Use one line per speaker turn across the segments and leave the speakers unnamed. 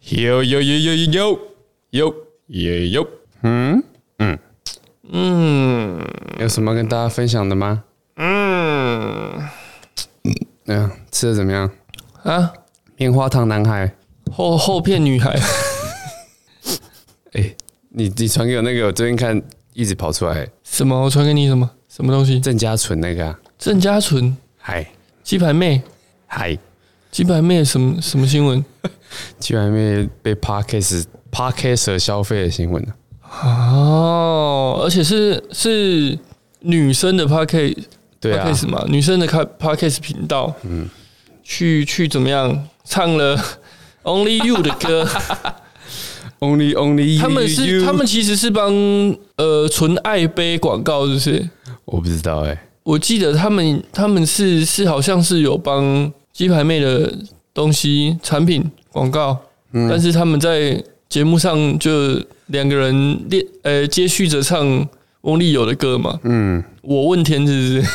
有有有有有有有有，
嗯有什么跟大家分享的吗？
嗯
嗯、吃的怎么样？
啊，
棉花糖男孩，
后后骗女孩，
哎、你你传给我那个，我最近看一直跑出来，
什么？我传给你什么什么东西？
郑家纯那个、啊，
郑家纯
嗨
鸡排妹，
嗨，
鸡排妹什么什么新闻
居然被被 Parkes Parkeser 消费的新闻啊呢、
哦，而且是是女生的 p a c k a g
对啊
p a c，k a 嘛，女生的开 p a c k a g 频道，嗯，去去怎么样唱了 Only You 的 歌，
Only Only
他们是
you
他们其实是帮呃纯爱杯广告，是不是？
我不知道哎、
我记得他们他们是是好像是有帮鸡排妹的东西产品广告，但是他们在节目上就两个人练呃接续着唱翁立友的歌嘛，嗯，我问天是不是？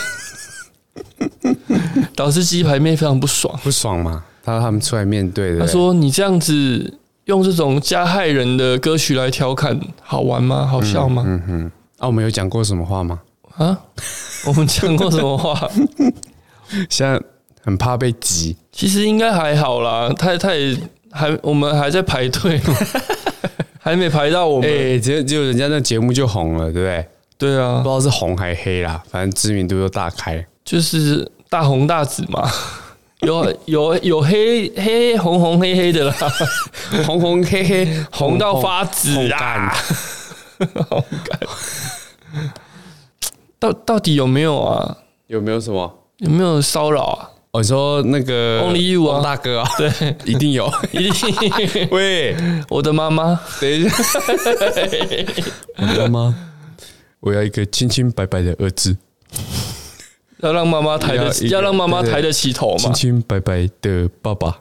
导致鸡排妹非常不爽，
不爽嘛？他让他们出来面对的，
她说你这样子用这种加害人的歌曲来调侃，好玩吗？好笑吗？
啊，我们有讲过什么话吗？
啊，我们讲过什么话？
现在很怕被挤，
其实应该还好啦，他他也还我们还在排队 嘛，还没排到我
哎、
们。
只有只有人家那节目就红了，对不对？
对啊
不知，道是红还黑啦，反正知名度都大开。
就是大红大紫嘛， 有有有黑黑红红黑黑的啦，
红红黑黑，
红到发紫
红
啊！
干，
好干到到底有没有啊？
有没有什么？
有没有骚 扰啊？
我说那个
Only you 啊
王大哥啊，
对，
一定有。
一定，
喂，
我的妈妈，
等一下，我的妈妈，我要一个清清白白的儿子，
要让妈妈抬得
要一
起，
个
要让妈妈
对对
抬得起头嘛
清。清白白的爸爸。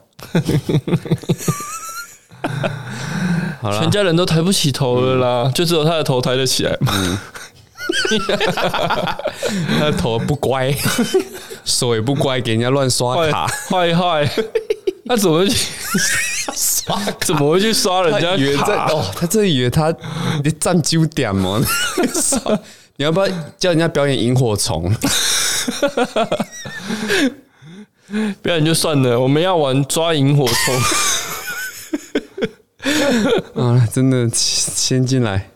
好啦嗯
全家人都抬不起头了啦，就只有他的头抬得起来嘛。
他头不乖，手也不乖，给人家乱刷
坏
卡，
坏坏， 那怎么会去
刷卡
怎么会去刷人
他以为
家
在
卡？
哦，他真的以为他你占九点吗？ 你要不要叫人家表演萤火虫？
不然就算了，我们要玩抓萤火虫。
啊，真的先进来。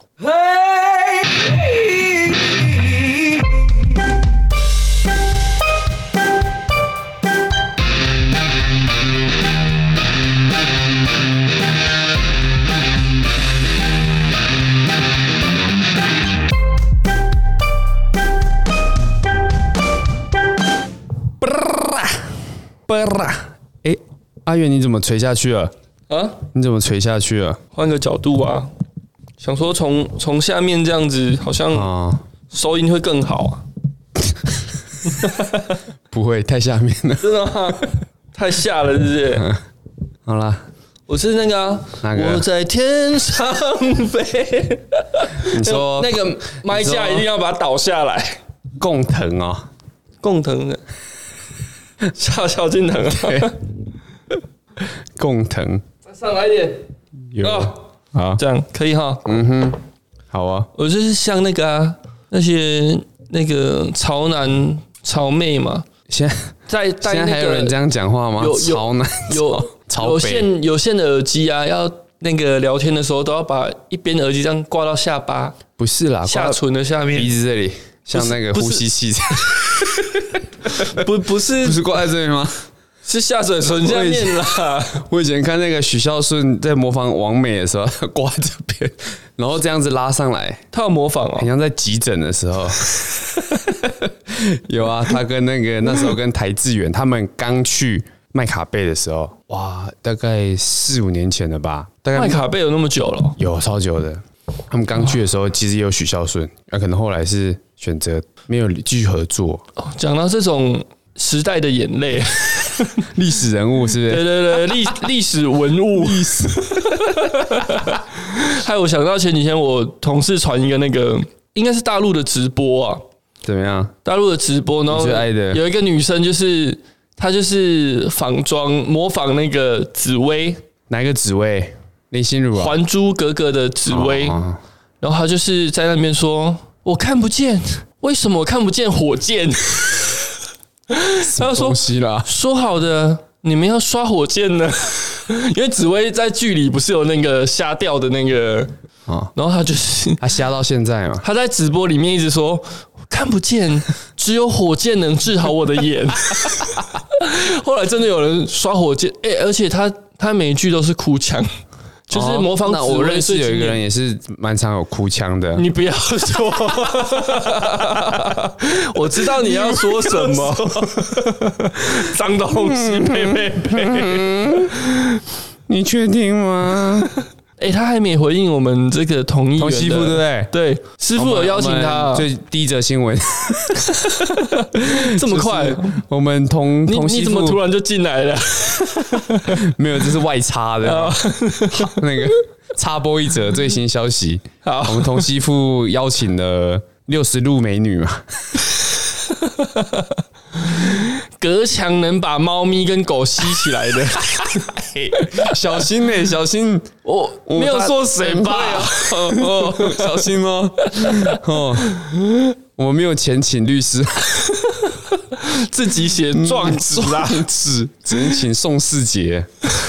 巴拉，哎，阿元，你怎么垂下去了？
啊，
你怎么垂下去了？
换个角度啊，想说从从下面这样子，好像
啊，
收音会更好啊。
不会，太下面了。
真的 吗？太吓了，是不是？
好啦，
我是那嗯个、啊，
哪个
我在天上飞。
你说
那个麦架一定要把它倒下来，
共腾哦，
共腾 的。笑笑进腾啊，
共腾
上来一点
有
啊，
啊，
这样可以哈。
好啊，
我就是像那个啊，那些那个潮男潮妹嘛，
现在
在戴
现在
那
还有人这
个
样讲话吗
有？有
超难，
有
潮
有
北
线有线的耳机啊，要那个聊天的时候都要把一边耳机这样挂到下巴
不是啦，挂
下
到
唇的下
鼻
面，
子这里，像那个
不是
呼吸器这样，
不不 是
不是挂在这里吗？
是下嘴唇下面啦，
我以前看那个许孝顺在模仿王美的时候，他挂这边，然后这样子拉上来，
他有模仿
很
哦，
像在急诊的时候。有啊，他跟那个那时候跟台志远他们刚去麦卡贝的时候，哇，大概四五年前了吧，大
麦
概
卡贝有那么久了哦，
有超久的。他们刚去的时候，其实也有许孝顺，那、可能后来是选择没有继续合作。
哦讲到这种时代的眼 泪，
历史人物是不
对
是？
对对，历历史 文物，
历史
害我想到前几天我同事传一个那个，应该是大陆的直播啊，
怎么样？
大陆的直播，然后
你最爱的
有一个女生，就是她就是仿妆模仿那个紫薇，
哪一个职位？林心如
《
啊，
还珠格格》的紫薇，
哦
然后他就是在那边说：“我看不见，为什么我看不见火箭？” 他就说
东西啦，：“
说好的，你们要刷火箭呢？” 因为紫薇在剧里不是有那个瞎掉的那个，
啊，
然后他就是
他瞎到现在嘛，
他在直播里面一直说：“我看不见，只有火箭能治好我的眼。” 后来真的有人刷火箭，哎、而且他他每一句都是哭腔，就是模仿
哦
紫
那我
薇
认识
最
有
经
一个
典
人也是蛮常有哭腔的，
你不要说， 我知道你要说什么。脏东西，呸呸呸！
你确定吗？
哎，他还没回应我们这个同意 员
同
的
媳妇对哦不对？
对，师傅有邀请他
我们
啊，
最第一则新闻，
这么 快，
我们同
你
同
你
媳
怎么突
妇
然就进来了？
没有，这是外插的
哦
那个插播一则最新消息。我
好，
们同媳妇邀请了六十路美女 嘛，
隔墙能把猫咪跟狗吸起来 的，
小心呢、小心，
我欸没有说谁吧？
哦，小心哦， 哦，我没有钱请律师，
自己写 状纸啊，
嗯，只只能请宋世杰，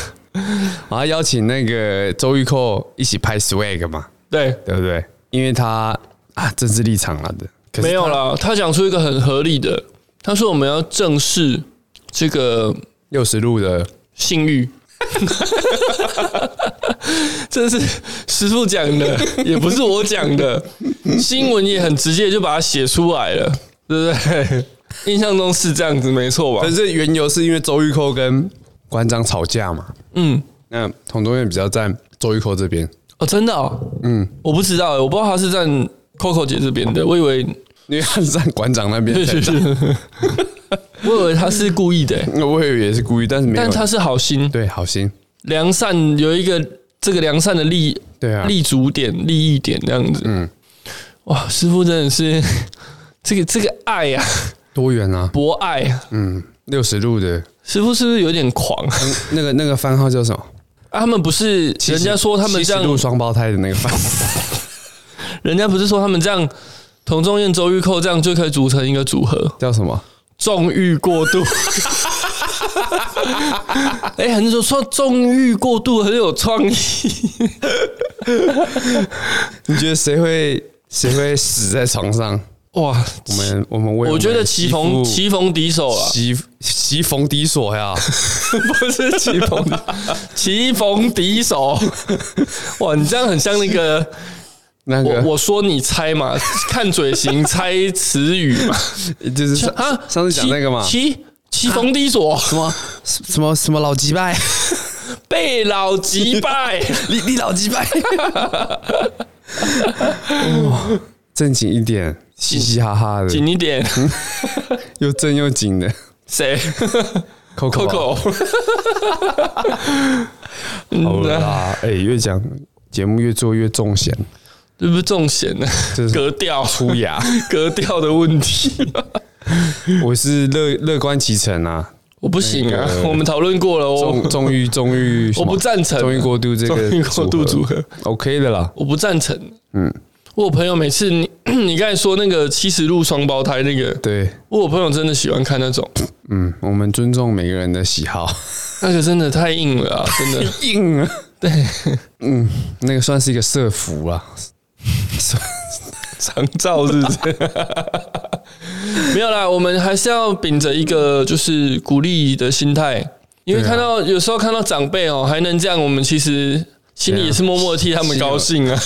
然后邀请那个周玉蔻一起拍 swag 嘛，
对，
对不对？因为他啊，政治立场了的，可是
没有啦，他讲出一个很合理的，他说我们要正视这个
六十路的
性欲。 这是师傅讲的，也不是我讲的。新闻也很直接就把它写出来了，对不对？印象中是这样子，没错吧
可？是缘由是因为周玉蔻跟馆长吵架嘛。
嗯，
那统中院比较站周玉蔻这边，
哦，真的、哦，嗯，我不知道欸，我不知道他是站 Coco 姐这边的，我以为，
因为他是站馆长那边。
我以为他是故意的欸，
我以为也是故意，但是没有。
但他是好心，
对好心，
良善有一个这个良善的利
对啊，
立足点、利益点这样子。嗯，哇，师傅真的是 这个这个 爱啊，
多元啊，
博爱啊，
嗯，六十路的、
师傅是不是有点狂啊？
嗯那个那个番号叫什么？
啊他们不是人家说他们这
七十路
样，
双胞胎的那个番，
人家不是说他们这样，童仲彦、周玉蔻这样就可以组成一个组合，
叫什么？
纵欲过 度。哎、很多说纵欲过度很有创意，
你觉得谁会谁会死在床上？
哇！
我们我们为
我觉
我们
得
的
棋
媳妇
逢棋逢敌 手啊，
棋棋逢敌手 呀，
不是棋逢 棋逢敌手。哇，你这样很像那个
那
我
个
我说你猜嘛，看嘴型猜词语嘛。
就是上上次讲那个嘛，什
啊棋棋逢敌手，
么什么什么老击败，
被老击败。
你你老击败，哦正经一点，嘻嘻哈哈的，
紧一点，
又正又紧的
谁
Coco 啊好
？Coco。嗯
了
啊，
啦，哎，越讲节目越做越重险，
这不是重险呢
这是，
格调
出牙，
格调的问题，
我是乐乐观其成啊，
我不行啊
那！个
我们讨论过了，我
终终于终于什
我
么，
不赞成啊，
终于过渡这个
终于过渡组合。
OK 的啦，
我不赞成。嗯，我有朋友每次你 你刚才说那个七十路双胞胎那个，
对，
我有朋友真的喜欢看那种，
嗯，我们尊重每个人的喜好，
那个真的太硬了啊，真的
硬啊，对，嗯，那个算是一个社啊服啦，
长照是不是？ 没有啦，我们还是要秉着一个就是鼓励的心态，因为
对啊
看到、有时候看到长辈哦、还能这样，我们其实心里也是默默替他们高兴啊，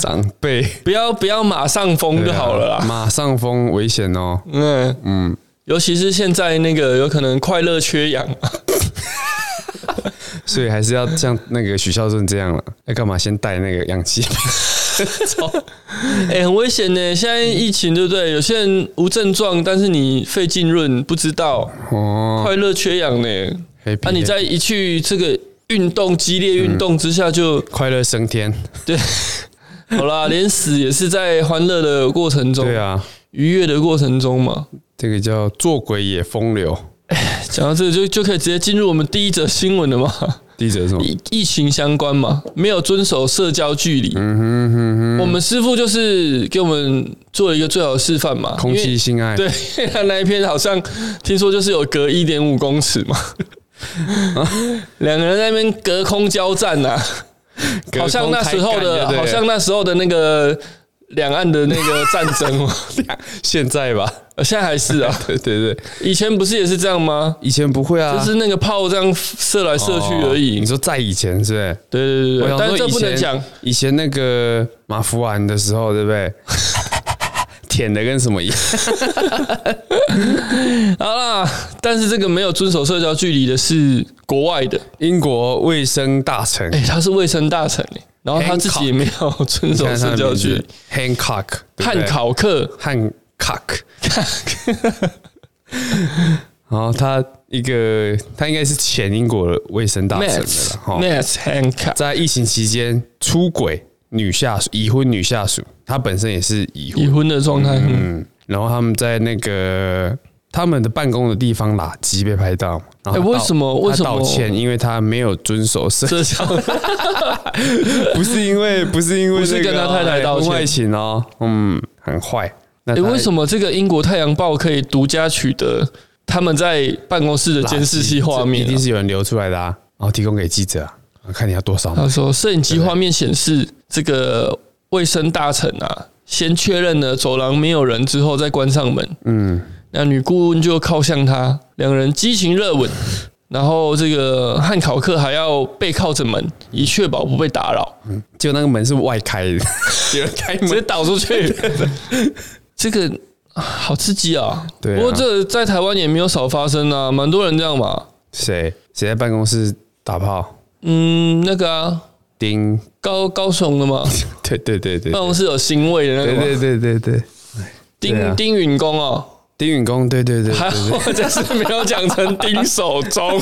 长辈 啊
不要不要马上疯就好了啦。
马上封危险哦，
嗯嗯，尤其是现在那个有可能快乐缺氧，
所以还是要像那个许孝顺这样了，要干嘛先带那个氧气？
哎、很危险呢！现在疫情，对不对？有些人无症状，但是你肺浸润不知道，
哦，
快乐缺氧呢。
黑皮
啊，你在一去这个运动激烈运动之下就，
快乐升天，
对，好啦，连死也是在欢乐的过程中，
对啊，
愉悦的过程中嘛。
这个叫做鬼也风流，
讲到这个就就可以直接进入我们第一则新闻了嘛？
第一则是什么？
疫疫情相关嘛，没有遵守社交距离。
嗯
我们师傅就是给我们做了一个最好的示范嘛，
空
因
气
为
性爱，
对，因为 他那一篇好像听说就是有隔一点五公尺 嘛，两个人在那边隔空交战呐、
隔空
好像那时候
开
的
干就对，了
好像那时候的那个两岸的那个战争 嘛，
现在吧。
呃现在还是啊，
对对对，
以前不是也是这样吗？
以前不会啊，
就是那个炮这样射来射去而
哦
已
你。说在以前是不是？
对对对对，但是这不能讲。。
以前那个马福丸的时候，对不对？ 舔的跟什么一样？
好啦，但是这个没有遵守社交距离的是国外的，
英国卫生大臣，
哎、他是卫生大臣、欸、然后他自己也没有遵守
看他
社
的
交
名
距
字
离。
，Hancock，对不
汉
对
考克，
，Hancock。然后他一个，他应该是前英国的卫生大臣的哦
Matt
了哈。
Matt Hancock，
在疫情期间出轨女下属，已婚女下属，她本身也是已婚
已，婚的状态，嗯
嗯，然后他们在那个他们的办公的地方垃圾被拍到，然后他
哎为
道
什么为
他
什么
道歉？因为他没有遵守社，
这欸叫
不是因为不是因为
不是
那个
跟他太太
哎
道歉
婚外情哦，嗯，很坏。那
哎，
他
为什么这个英国《太阳报》可以独家取得他们在办公室的
垃圾
监视器画
这
面
一定
啊？
是有人流出来的啊？然后提供给记者啊，看你要多少嘛
他说，摄影机画面显示，这个卫生大臣啊，先确认了走廊没有人之后，再关上门。嗯，那女顾问就靠向他，两人激情热吻，然后这个汉考克还要背靠着门，以确保不被打扰。
结果那个门是外开的，有人开
直
门
接，倒出 去。这个啊好刺激啊！
对啊
不过这个在台湾也没有少发生啊，蛮多人这样嘛。
谁谁在办公室打炮？
嗯，那个啊，
叮，
高高雄的嘛，
对对对对，
办公室有腥味的那
对
个
对
嘛，
对对对，对啊
丁丁允恭哦，
丁允恭，对对对，
还
对
好我就是没有讲成丁守 中，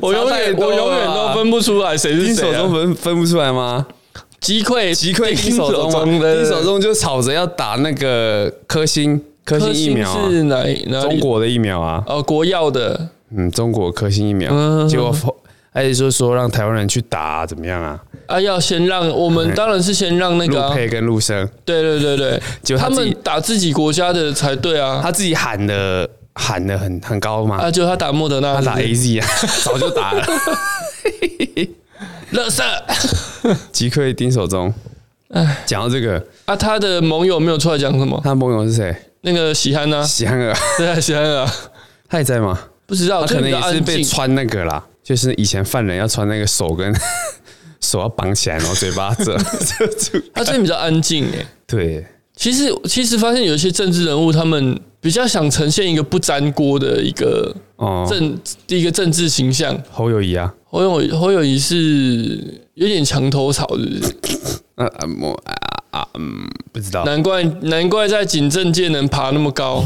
我永
差太
远
多
我
了
永远都分不出来谁是
丁
谁
守中
啊。
分分不出来吗？
击溃
击溃
丁
丁守
守
中
中啊
嘛，
的
丁守中就吵着要打那个科兴科兴疫苗啊、
是哪哪里
中国的疫苗啊，
哦国药的
嗯，中国科兴疫苗，
嗯
结果后而且就说让台湾人去打啊、怎么样啊？
啊，要先让我们当然是先让那
陆
个啊
配跟陆生，
对对对对，
结果
他
他自己
们打自己国家的才对啊，
他自己喊的喊的很很高嘛，
啊，就他打莫德纳，
他打 A Z 啊， 早就打了，
乐色
击溃丁守中。讲到这个，
啊，他的盟友没有出来讲什么，
他盟友是谁？
那个喜憨 啊，
喜憨儿，
对啊，喜憨啊，
他也在吗？
不知道，
他可能
啊就比较
也是被
安静
穿那个啦，就是以前犯人要穿那个手跟 手要绑起来，然后嘴巴 遮遮住。
他最近比较安静欸诶。
对，
其实其实发现有一些政治人物，他们比较想呈现一个不沾锅的一个
哦，
政一个政治形象。
侯友谊啊，
侯友侯友谊是有点墙头草，是不是？
呃啊我啊啊嗯，不知道。
难怪难怪在警政界能爬那么 高。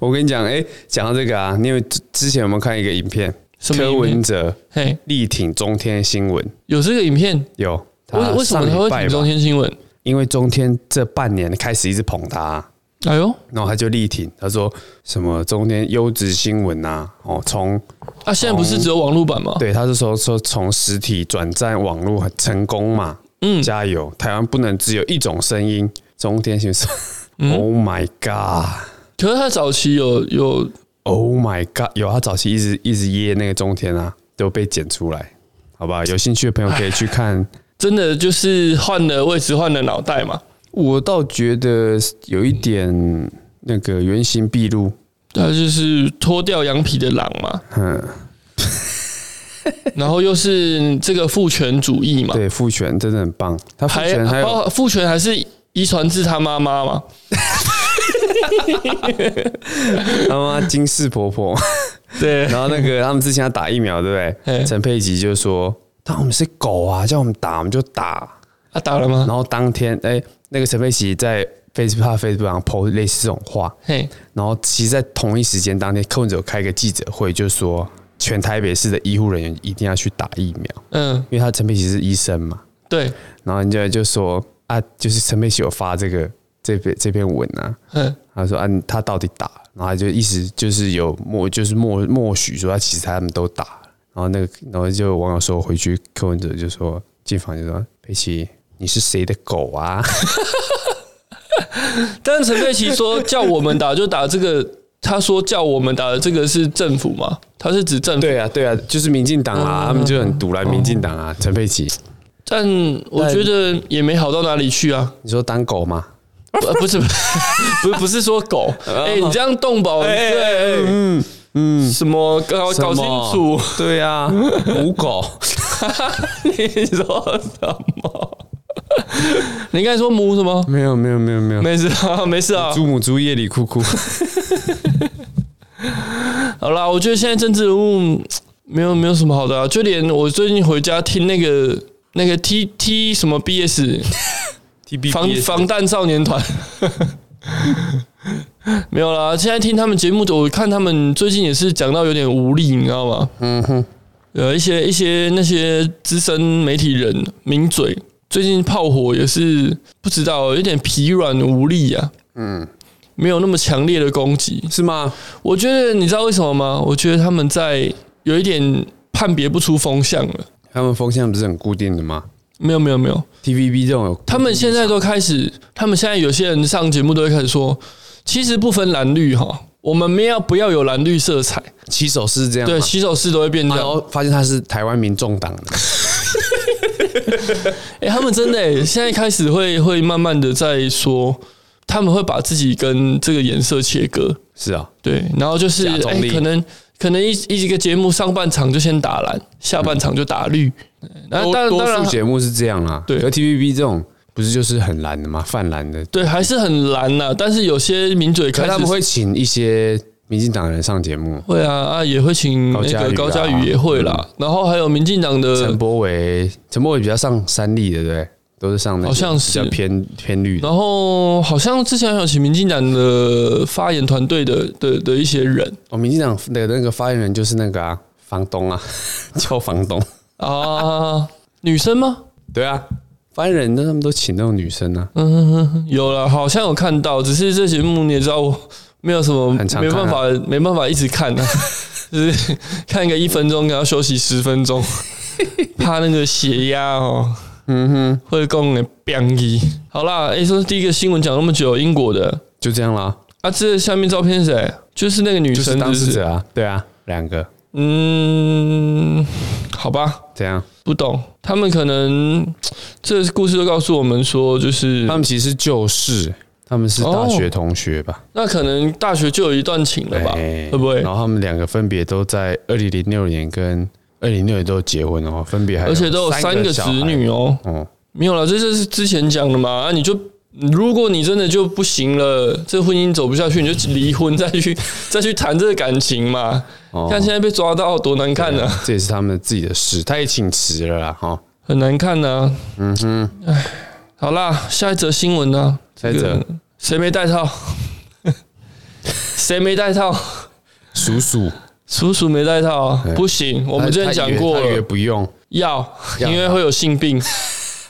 我跟你讲，哎，讲到这个啊，你有之之前有没有看一个影片？
什么
柯
影片
文哲
嘿，
力挺中天新闻
有这个影片，
有。他
为为什么
上
他会
礼拜
挺
吧
中？天新闻？
因为中天这半年开始一直捧他啊、
哎呦，
然后他就力挺，他说什么中天优质新闻呐、哦，从
啊，现在不是只有网络版吗？
哦对，他是说说从实体转战网络很成功嘛，
嗯
加油！台湾不能只有一种声音。中天新闻说、o
嗯
h my God，Oh
可是他早期有有
Oh my God，有他早期一直一直噎那个中天啊，都被剪出来，好吧？有兴趣的朋友可以去看。
真的就是换了位置，换了脑袋嘛？
我倒觉得有一点那个原形毕露，
他啊就是脱掉羊皮的狼嘛，
嗯，
然后又是这个父权主义嘛，
对，父权真的很棒，他父
还哦
权还有
包父权还是遗传自他妈妈嘛？
他妈金氏婆婆。
对，
然后那个他们之前要打疫苗，对不
嘿
对？陈佩琪就说：“但我们是狗啊，叫我们打我们就打。
他、啊打了”吗
然？后当天，哎、那个陈佩琪在 Facebook 他 Facebook 上 po 类似这种话。
嘿，
然后其实，在同一时间当天，柯文哲有开一个记者会，就说全台北市的医护人员一定要去打疫苗，
嗯，
因为他陈佩琪是医生嘛。
对，
然后人家就说啊，就是陈佩琪有发这个这篇这篇文啊，
嗯，
他说啊，你啊他到底打？然后他就意思就是有默，就是默默许说他其实他们都打了，然后那个，然后就有网友说回去，柯文哲就说进房就说：“佩奇，你是谁的狗啊？”
但是陈佩琪说叫我们打就打这个，他说叫我们打的这个是政府嘛？他是指政府，
对啊，对啊，就是民进党啊，他们就很堵来民进党啊。陈佩琪，
但我觉得也没好到哪里去啊。
你说当狗吗？
呃，不是，不 是，不是说狗。哎，你这样动保，对，哎
嗯嗯，
什么搞
什么
搞清楚？，
对啊，母狗，
你说什么？你刚才说母什么？
没有没有没有没有，
没事啊，没事啊。
祖母猪夜里哭哭，
好啦，我觉得现在政治人物嗯没有没有什么好的啊，就连我最近回家听那个那个 T T 什么 BS 防防弹少年团， 没有啦。现在听他们节目，我看他们最近也是讲到有点无力，你知道吗？嗯哼，有一些一些那些资深媒体人名嘴，最近炮火也是不知道，有点疲软无力啊。嗯，没有那么强烈的攻击，
是吗？
我觉得你知道为什么吗？我觉得他们在有一点判别不出风向了。
他们风向不是很固定的吗
没有没有没有，
？TVB 这种有
他们现在都开始，他们现在有些人上节目都会开始说，其实不分蓝绿哈，我们没有不要有蓝绿色彩。
骑手是这样吗，啊
对，洗手室都会变这
然
样。
后发现他是台湾民众党的，
哎、他们真的、欸、现在开始会会慢慢的在说，他们会把自己跟这个颜色切割。
是啊，
对，然后就是
假中
哎、
立
可能可能一一个节目上半场就先打蓝，下半场就打绿。那
嗯多
当然
多
当然
数节目是这样啊，
对
而 TVB 这种不是就是很蓝的吗？泛蓝的，
对，还是很蓝呐、但是有些名嘴开
可
始
他们会请一些民进党人上节目，
会啊啊，也会请那个高
高
嘉
嘉
宇
瑜啊
也会啦，然后还有民进党
陈
的，
柏伟，陈柏伟比较上三立的，对不对，都是上那些
好像是
比较偏偏绿的，
然后好像之前还有请民进党的发言团队的的的一些人
哦，民进党的那个发言人就是那个啊，房东啊， 叫房东，
啊，女生吗？
对啊，发言人他们都请那种女生啊，
有了，好像有看到，只是这节目你也知道我。没有什么，
很常
没
看啊
办法，没办法一直看 啊，就是看个一分钟，然后休息十分钟，怕那个血压哦。
嗯哼，
会供的变异。好啦，诶，说第一个新闻讲那么久，英国的
就这样啦，
啊，这下面照片是谁？就是那个女
就是
生，
当
是不
事
是
者啊，对啊，两个
嗯，好吧，
这样，
不懂，他们可能这故事都告诉我们说，就是
他们其实是旧事，他们是大学同学吧，
那可能大学就有一段情哦了吧，
哎
会不会
然？后他们两个分别都在二零零六年跟二零六年都有结婚哦，分别还
而且都有三个
个
子
小孩，
女哦，
哦，
没有了，这就是之前讲的嘛，啊，你就。如果你真的就不行了，这婚姻走不下去，你就离婚，再去 再去谈这个感情嘛。
哦
看现在被抓到多难看啊！
这也是他们自己的事，他也请辞了啦，哈、
很难看呐、嗯哼，唉，好啦，下一则新闻呢、
下一则
这个谁没戴套？谁没戴套？
叔叔，
叔叔没戴套啊，不行，我们之前讲过
哎他以为他以为
了，
不用，
要，
要
因为会有 性病，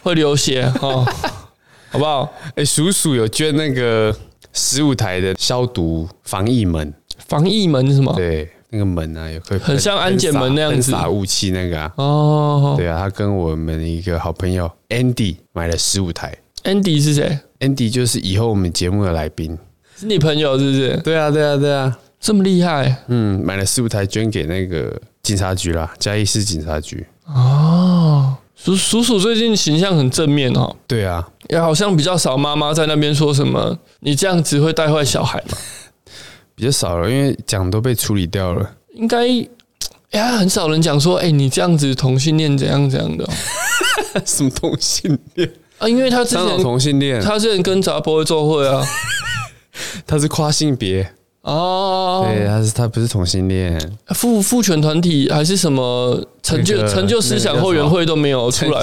会流血哦，好不好？
哎、叔叔有捐那个十五台的消毒防疫门，
防疫门是什么？
对，那个门啊，有可以
很像安检门那样子
喷洒雾气那个啊。
哦
对啊，他跟我们一个好朋友 Andy 买了十五台
，Andy 是谁？
，Andy 就是以后我们节目的来宾。
是你朋友是不是？
对啊，对啊，对啊，
这么厉害
嗯，买了十五台捐给那个警察局啦，嘉义市警察局。
哦！叔叔叔最近形象很正面哦，
对啊，
也好像比较少妈妈在那边说什么，你这样子会带坏小孩嘛？
比较少了，因为奖都被处理掉了。
应该，哎、呀，很少人讲说，哎、你这样子同性恋怎样怎 样的哦、
什么同性恋？
啊，因为他之
三种
前
同性恋，
他之前跟杂波做会啊，
他是跨性别，
哦，
对，他是他不是同性恋，
父父权团体还是什么成就、
那个
成就思想后援会都没有出来，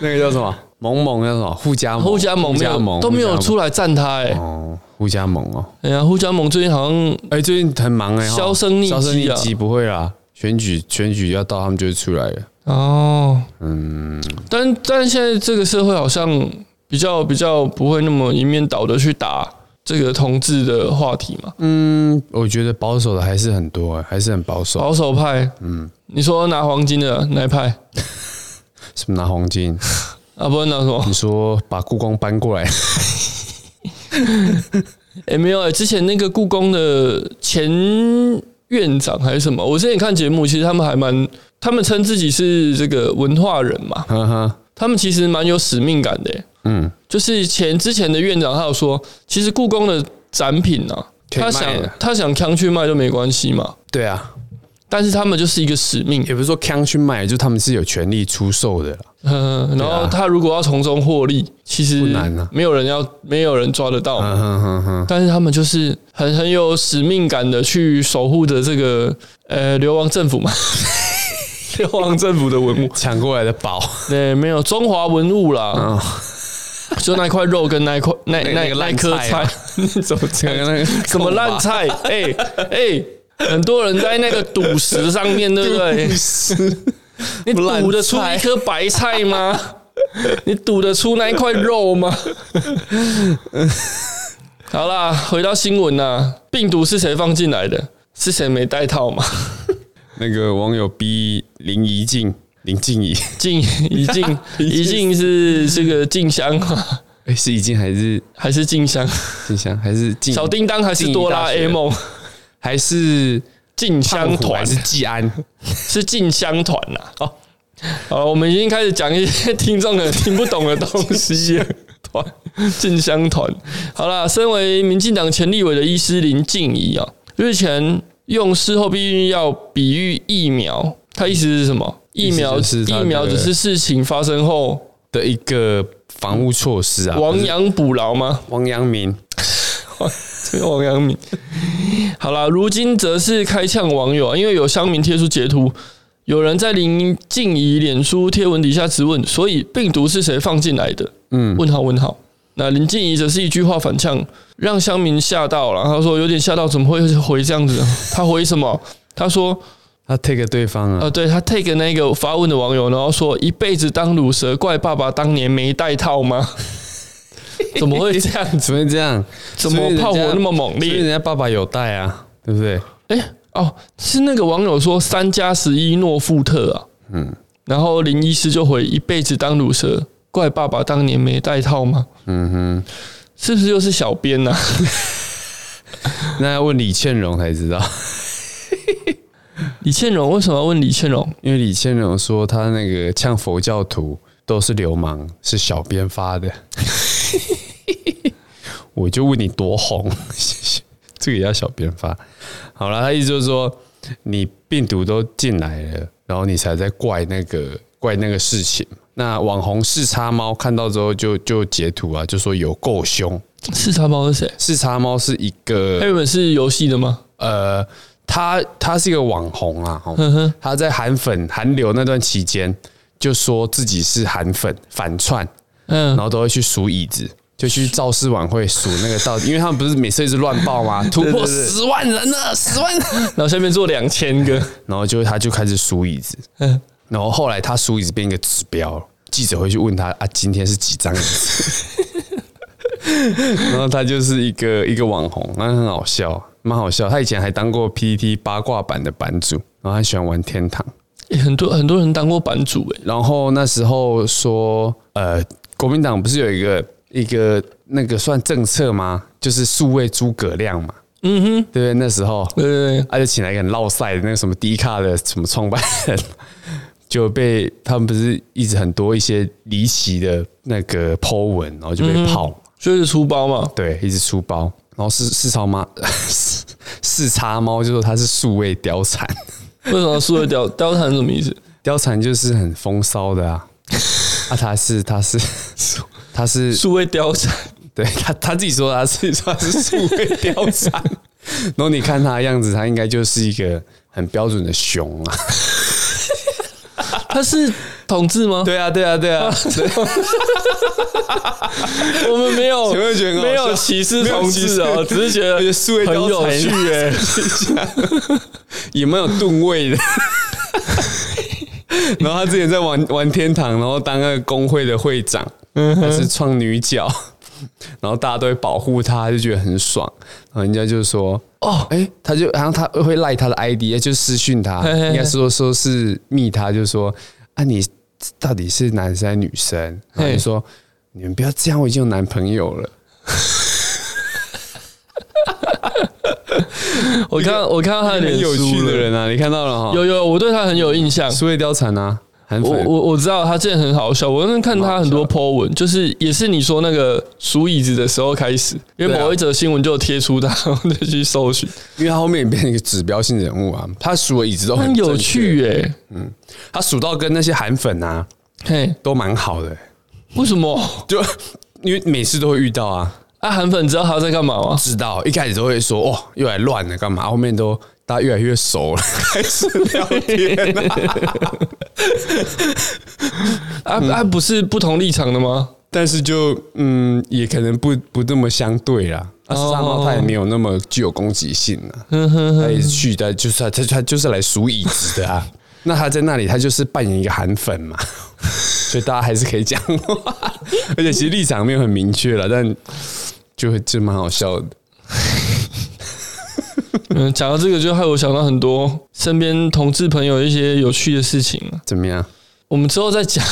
那个叫什么？萌萌叫什么？互加盟，
互加盟没
加
有
盟
都没有出
来
来站他、哎、
哦，互加盟哦。
哎呀，互加盟最近好像
哎，最近很忙哎，哈
销声匿迹啊
销声匿迹不会啦，选举选举要到，他们就会出来了。
哦，
嗯，
但但现在这个社会好像比较比较不会那么一面倒的去打这个同志的话题嘛，
嗯欸我觉得保守的还是很多，哎还是很保守。
保守派，嗯你说拿黄金的哪一派
什么拿黄 金？
啊？不然拿什么？
你说把故宫搬过来，
哎、没有、欸，之前那个故宫的前院长还是什么，我之前看节目，其实他们还蛮，他们称自己是这个文化人嘛，
呵呵，
他们其实蛮有使命感的欸、
嗯，
就是前之前的院长，他有说，其实故宫的展品啊，
可以
他
卖
想
的
他想扛去卖都没关系嘛，
对啊，
但是他们就是一个使命，
也不是说强去卖，就他们是有权利出售的啦。
嗯、 然
对
后
啊
他如果要从中获利，其实
不难啊
没有人要，没有人抓得到嘛。
嗯哼哼 哼，
但是他们就是很很有使命感的去守护着这个呃流亡政府嘛，流亡政府的文物，
抢过来的宝，
对，没有中华文物啦，
嗯，
就那块肉跟那一块啊那
那
那
那个
那
烂
颗
菜
菜
啊，
你 怎么
这
讲？
个那个
什么烂菜？哎哎，很多人在那个赌石上面，对不 对？你赌得出一颗白菜吗？你赌得出那一块肉 吗？好啦，回到新闻啦，病毒是谁放进来的？是谁没戴套嘛？
那个网友逼林怡静，林静怡，
静怡静，怡静是这个静香吗？
哎，是怡静还是
还是静香？
静香？还是静？
小叮当还是哆啦 A 梦？
还是
静香
胖虎
团
还是季安？
是静香团呐、哦，好了，我们已经开始讲一些听众可能听不懂的东西了。 团静香团，好啦，身为民进党前立委的医师林静怡啊，日前用事后避孕药比喻疫苗，他意思是什么？疫苗
意思就是它
疫
的
苗只是事情发生后
的一个防护措施啊。
亡
不是
羊补牢吗？
王阳明，
这个王阳明。好啦，如今则是开呛网友啊，因为有乡民贴出截图，有人在林静怡脸书贴文底下质问，所以病毒是谁放进来的？
嗯，
问号问号。那林静怡则是一句话反呛，让乡民吓到了。他说有点吓到，怎么会回这样子？他回什么？他说
他 take 对方啊，
呃，对他 take 那个发问的网友，然后说一辈子当乳蛇，怪爸爸当年没戴套吗？怎么会这样子？
怎么会这样？
怎么炮火那么猛
所以
烈？
人家爸爸有带啊，对不对？
哎、哦，是那个网友说三加十一诺富特啊，嗯，然后林医师就回一辈子当乳蛇，怪爸爸当年没戴套吗？
嗯哼，
是不是又是小编呐、啊？
那要问李倩蓉才知道，
李倩蓉为什么要问李倩蓉？
因为李倩蓉说她那个呛佛教徒都是流氓，是小编发的。 我就问你多红， 这个也要小编发。好了，他意思就是说，你病毒都进来了，然后你才在怪那个怪那个事情。那网红视叉猫看到之后就就截图啊，就说有够凶。
四叉猫是谁？
视叉猫是一个
他原本是游戏的吗？
呃，他他是一个网红啊，哦
嗯哼，
他在韩粉韩流那段期间，就说自己是韩粉反串，然
嗯，
后都会去数椅子，就去造势晚会数那个到底，因为他们不是每次一直乱报吗？突破十万人
啊
了，十万，
然后下面做两千个，
然后就他就开始数椅子，
嗯，
然后后来他数椅子变一个指标了，记者会去问他啊，今天是几张椅子？ 然后他就是一个一个网红，那很好笑，蛮好笑。他以前还当过 PPT 八卦版的版主，然后他喜欢玩天堂。
欸很多很多人当过版主哎、
然后那时候说，呃，国民党不是有一个一个那个算政策吗？就是数位诸葛亮嘛，嗯哼，对不对？那时候
对对对，
他就请来一个很落赛的那个什么迪卡的什么创办人， 就被他们不是一直很多一些离奇的那个 Po 文，然后就被泡，
就是出包嘛，
对，一直出包，然后四四超 妈四四叉猫就说他是数位貂蝉，
为什么输了 貂貂蝉什么意思？
貂蝉就是很风骚的啊，啊他是他 是他是
数位貂蝉，
对他他自己说他自己说他是数位貂蝉，然后你看他的样子，他应该就是一个很标准的熊啊。
他是统治吗？
对啊，对啊，对啊。
我们没有，
前面觉得很好
没有
笑
歧视
没有
同
歧
志啊，
视
只是觉 得
而且数位
很
貂
有
蝉
趣哎、
也 蛮有吨位的。 然
嗯
后他之前在玩玩天堂，然后当那个工会的会长，他是创女角，然后大家都会保护他，就觉得很爽。然后人家就说：“哦，哎、他就好像他会赖他的 ID，就私讯他，
嘿嘿嘿
应该说说是密他，就说啊，你到底是男生还是女生？”然后
嘿
就说：“你们不要这样，我已经有男朋友了。
我看我看到”他的
很
脸
有
书
趣的
了，
人啊，你看到了哈？
有有，我对他很有印象。
苏叶貂蝉啊，韩
我
粉
我我知道他之前很好笑，我那天看他很多 po 文，就是也是你说那个数椅子的时候开始，因为
对啊
某一则新闻就有贴出他，然
啊
后 就去搜寻，
因为他后面也变成一个指标性人物啊，他数的椅子都很
很有
正确，
趣耶、
他数到跟那些韩粉啊
嘿，
都蛮好的、
为什么
就 因为每次都会遇到啊，
啊？韩粉知道他在干嘛吗？
知道一开始都会说哦，又来乱了干嘛？后面都大家越来越熟了， 开始聊天 了、
啊
嗯
啊，不是不同立场的吗？
但是就嗯，也可能不不那么相对啦。啊，
哦
沙猫他也没有那么具有攻击性啊，他也是去的，就是他他他就是来数椅子的啊。 那他在那里，他就是扮演一个韩粉 嘛，所以大家还是可以讲话，而且其实立场没有很明确了，但就会就蛮好笑的。
嗯，讲到这个，就害我想到很多身边同志朋友一些有趣的事情啊
怎么样？
我们之后 再讲。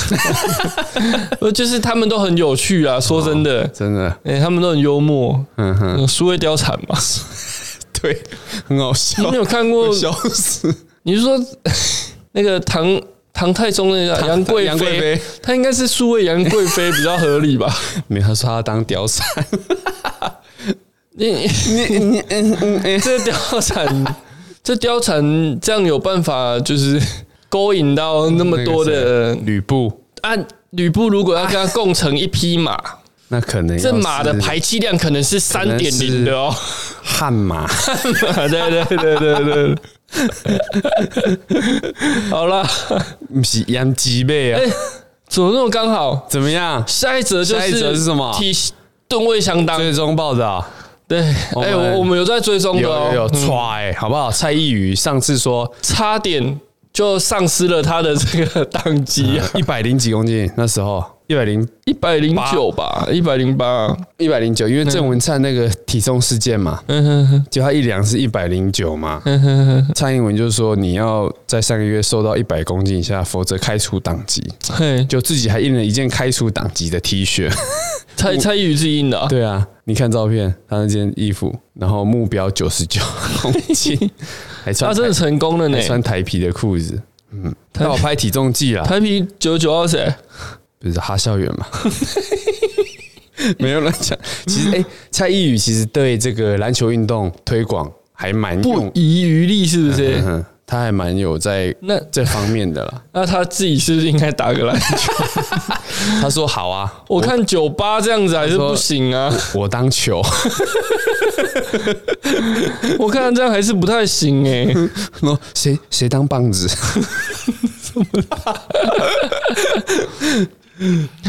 就是他们都很有趣啊，说真的，
真的，
哎、他们都很幽默，
哦嗯哼，
嗯，苏威貂蝉 嘛。
对，很好笑
你没，有看过
会？笑死。
你是说 那个唐唐太宗那个杨贵
杨贵
妃
妃？
她应该是苏位杨贵妃比较合理 吧？
没有，他说他当貂 蝉，
你
你你嗯嗯嗯，
这貂蝉， 这貂蝉这样有办法就是 勾引到那么多的
吕布，
啊？吕布如果要跟他共乘一 匹马，
那可能
这马的
排
排气量可能是三点零的哦。
悍马，
对对对对 对。好啦，
不是养鸡呗啊？
怎么那么刚好？
怎么 样？
下一则就
下一则是什么
体吨位相当。
最终报道
对，
我
哎、
们
我我们有在追踪
有嗯
的哦，
有有踹，好不好？蔡依瑜上次 说
差点就丧失了他的这个档期啊，
一百零几公斤，那时候一百零
一百零九吧，一百零八，
一百零九，因为郑文灿那个体重事件嘛，
嗯哼哼
就他一量是一百零九嘛，
哼哼哼
蔡英文就说你要在上个月瘦到一百公斤以下，否则开除党籍。
哼，嘿，
就自己还印了一件开除党籍的 T 恤。
蔡蔡依瑜自己印的、啊，
对啊，你看照片，他那件衣服，然后目标九十九公 斤，还穿
他真的成功了呢
还。穿台皮的裤子。嗯，他
台
有拍体重计啦，
台皮九九二谁？
不是哈校园嘛？ 没有乱讲。其实，哎、蔡依宇其实对这个篮球运动推广还蛮
不
用，
遗余力是不
嗯
是？
哼，他还蛮有在
那
这方面的啦。
那他自己是不是应该打个篮球？
他说好啊，
我看酒吧这样子还是不行啊，
我当球，
我看这样还是不太行哎、
然后谁谁当棒子？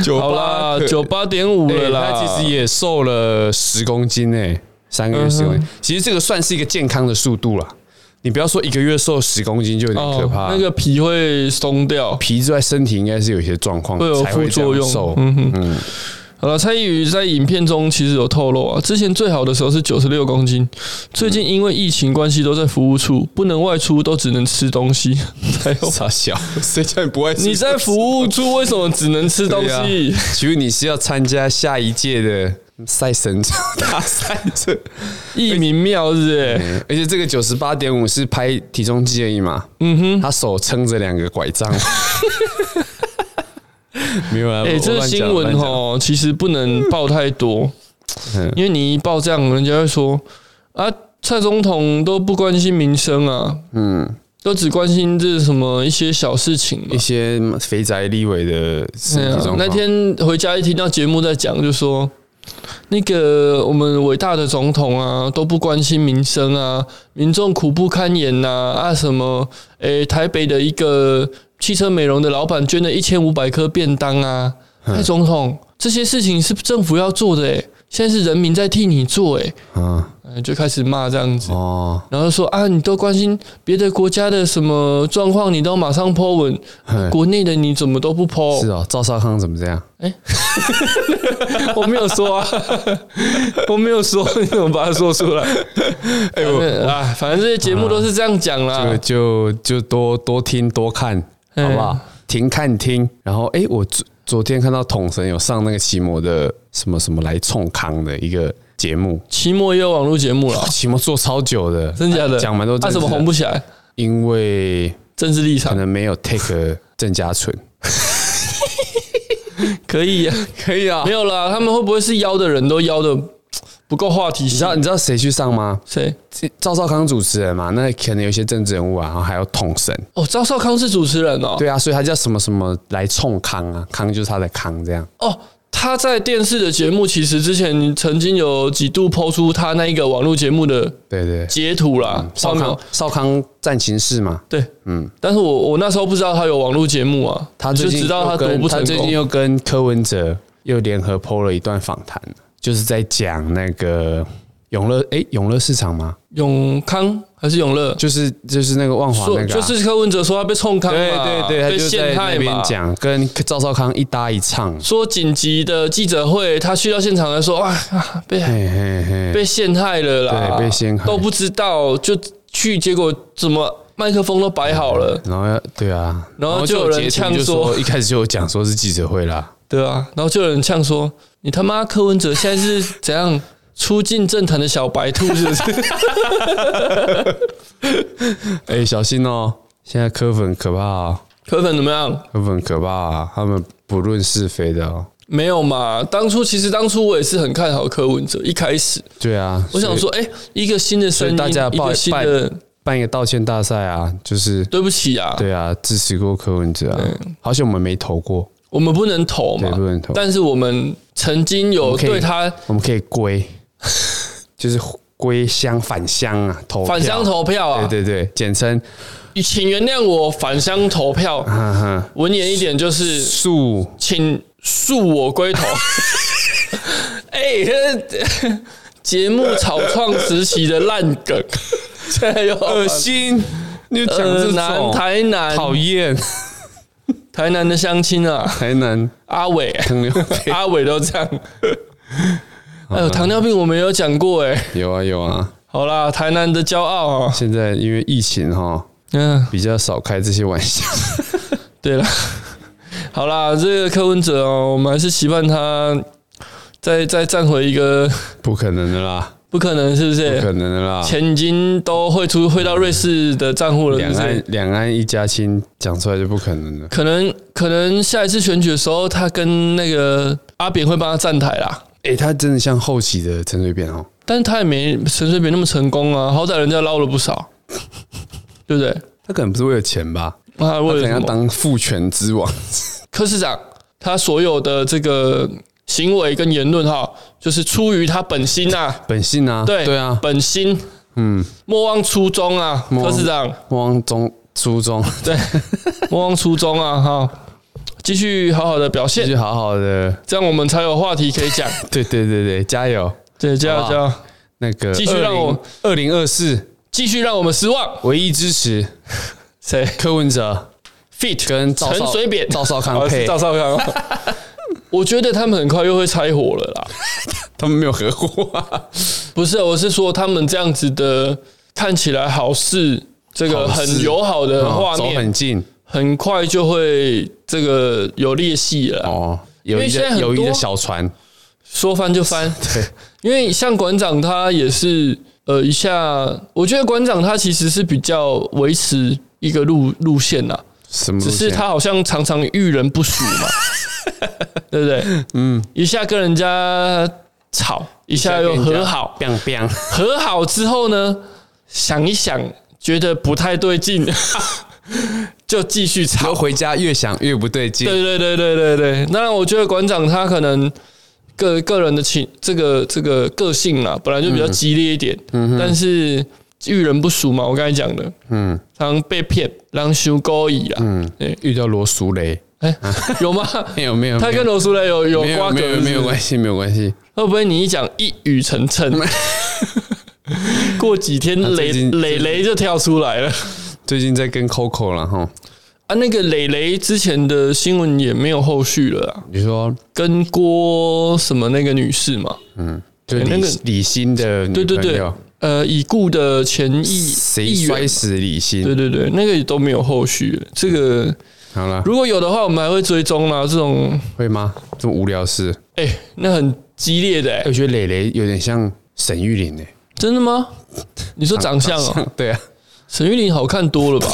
酒
好啦，九八点五了啦，
他哎其实也瘦了十公斤诶、三个月十
嗯
公斤。其实这个算是一个健康的速度啦。你不要说一个月瘦十公斤就有点可怕，
哦那个皮会松掉，
皮在身体应该是有一些状况，
会有
才
副
这样
作用
瘦。
嗯哼，好了，蔡依瑜在影片中其实有透露啊，之前最好的时候是九十六公斤，最近因为疫情关系都在服务处，不能外出，都只能吃 东西。还有，
傻小，谁叫你不爱吃？
嗯你在服务处为什么只能吃东
对
西？
请问你是要参加下一届的赛神大赛者？
一名庙是不是？
而且这个九十八点五是拍体重计而已嘛，嗯哼，他手撑着两个拐杖， 没有啊，
哎、
我
这个新闻，哦，其实不能报太多，
我乱讲乱讲嗯
因为你一报这样，人家会说啊，蔡总统都不关心民生啊，
嗯，
都只关心这什么一些小事情嘛
一。些肥宅立伟的身
对
体
啊
状况，
那天回家一听到节目在讲，就说那个我们伟大的总统啊，都不关心民生啊，民众苦不堪言呐啊什么？诶、台北的一个汽车美容的老板捐
嗯
哎了一千五百颗便当啊，蔡总统，这些事情是政府要做的诶、现在是人民在替你做、欸，
啊
哎，就开始骂这样子，
哦，
然后说啊，你都关心别的国家的什么状况，你都马上 po 文，
嘿
国内的你怎么都不 po？
是哦，赵少康怎么这样？
我没有说啊，我没有说，你怎么把它说出来？哎、我啊，反正这些节目都是这样讲啦。
就就就多多听多看，
嗯
啊好不好？停看听，然后哎、诶我昨昨天看到统神有上那个奇摩的什么什么来冲康的一个节目，
期末也有网络节目了
哇，奇摩做超久的，
真假的？
讲蛮多
他、
政治
怎
的，
么红不起来？
因为
政治立
可
场
能没有 take 郑家纯，
可以、啊，
可以啊
没。有啦。他们会不会是邀的人都邀的不够话题
你知
性？
道你知道谁去上吗？
谁？
这赵少康主持人嘛，那可能有一些政治人物啊，然后还有统神，
哦，赵少康是主持人哦。
对啊，所以他叫什么什么来冲康啊，康就是他的康这样。
哦，他在电视的节目，其实之前曾经有几度抛出他那一个网络节目的
对对，
截图啦，
少
画面
嗯康少康战情室嘛，
对，嗯，但是我我那时候不知道他有网络节目啊，
他
就
最近
知道他
又
多
跟
不
他
成
最近
功。
又跟柯文哲又联合 PO 了一段访谈，就是在讲那个永乐诶，永乐市场吗？
永康还是永乐？
就是就是那个万华
说、
那个啊、
就是柯文哲说他被冲康嘛，
对对对，他
被
就在
陷害
那边
嘛。
讲，跟赵少康一搭一唱，
说紧急的记者会，他去到现场来说啊啊，被
嘿嘿嘿，
被陷害了啦，
对被陷害
都不知道就去，结果怎么麦克风都摆好了，
然后要对啊，
然后就有
有
人
截图
呛
就
说
一开始就有讲说是记者会啦，
对啊，然后就有人呛说你他妈柯文哲现在是怎样？出进政坛的小白兔是 不是？
哎，小心哦，现在柯粉可怕哦，
柯粉怎么样？
柯粉可怕啊，他们不论是非的哦，
没有嘛？当初其实当初我也是很看好柯文哲，一开始
对啊，
我想
所以
说，哎、一个新的声音，
所以大家
一
抱
个新的，
办一个道歉大赛啊，就是
对不起啊，
对啊，支持过柯文哲啊，好险我们没投过，
我们不能投嘛
对，不能投
但是我们曾经有
们可以
对他
我们可以归， 就是归乡返乡啊，投票
返乡，投票啊，
对对对，简称
请原谅我返乡 投票，
哈哈，
文言一点就是
树
请恕我 归投。哎、这 节目草创时期的烂 梗，现在又
恶心，你就讲
呃
这
南
种
台南
讨厌，
台南的乡亲啊，
台南
阿伟。
糖尿病
阿伟都这样。 哎呦，糖尿病我没有讲过哎。
有啊有啊，
好啦，台南的骄傲啊。
现在因为疫情哈，
嗯，
比较少开这些玩笑，
对了， 好啦，这个柯文哲哦，我们还是期盼他再再站回一个，
不可能的啦，
不可能是不
不
是？
可能的啦。
钱已经都汇出汇到瑞士的账户了，是
两
不是
岸？两岸一家亲，讲出来就不可能了。
可能可能下一次选举的时候，他跟那个阿扁会帮他站台啦。
哎、他真的像后期的陈水扁哦，
但是他也没陈水扁那么成功啊，好歹人家捞了不少， 对不对？
他可能不是为了钱吧？
那
他可
为了
能
什
要
么？
当父权之 王。
柯市长他所有的这个行为跟言论哈，就是出于他本心呐、啊，
本性啊，
对
对啊，
本心，嗯，莫忘初衷啊，
莫
柯
忘
市长，
莫忘中初 衷，
莫忘初衷啊，哈，继续好好的表
继
现，
续好好的，
这样我们才有话题可以 讲。
对对对对，加油！
对，这样
好
这
不
样，
那个
继续让我
二零二四
继续让我们失望。
唯一支持
谁
柯文哲
？Fit
跟赵
陈
少
水扁，
赵少康
哦是
配，
赵少 康哦。我觉得他们很快又会拆伙了啦。
他们没有合伙、啊，
不是，我是说他们这样子的看起来好事，这个
好事
很友好的画
哦走
面，
很近
很快就会这个有裂隙了啦。
哦，友
因为
谊
现在
的
很多
友谊的小船，
说翻就翻，
对，
因为像馆长他也是呃一下，我觉得馆长他其实是比较维持一个路路线呐，
什么路
只
线？啊
是他好像常常遇人不淑嘛，对不对？嗯，一下跟人家吵，一下又和好，
，biang biang，
和好之后呢，想一想，觉得不太对劲，就继续
然后
吵。
回家越想越不对劲，
对对对对对对。那我觉得馆长他可能个个人的情这个这个个性啊，本来就比较激烈一点，但是遇人不淑嘛，我刚才讲的，嗯，常被骗，狼熊勾引啊，嗯，对，
遇到罗淑蕾，
哎，有吗？
没有没有，
他
没有
跟罗淑蕾有有
没有
瓜葛
没
是
有
不是
没有关系，没有关系。
会不会你一讲一语成谶， 过几天
他
磊
最近
磊磊就跳出来了
最近在跟 Coco 了哈，
啊？那个磊磊之前的新闻也没有后续了啊，
你说
跟郭什么那个女士嘛，
就
哎
李、
那个
李欣的女
对对
朋
对
友，，
呃，已故的前议
谁
议
摔
员，
死李
对
欣？
对对，那个也都没有后续了。这个
好了，
如果有的话，我们还会追踪啦。这种，
会吗？这么无聊的事，
哎、那很激烈的、
哎我
欸，
觉得磊磊有点像沈玉琳诶、
真的吗？你说长相哦、
像 对啊，
沈玉琳好看多 了吧？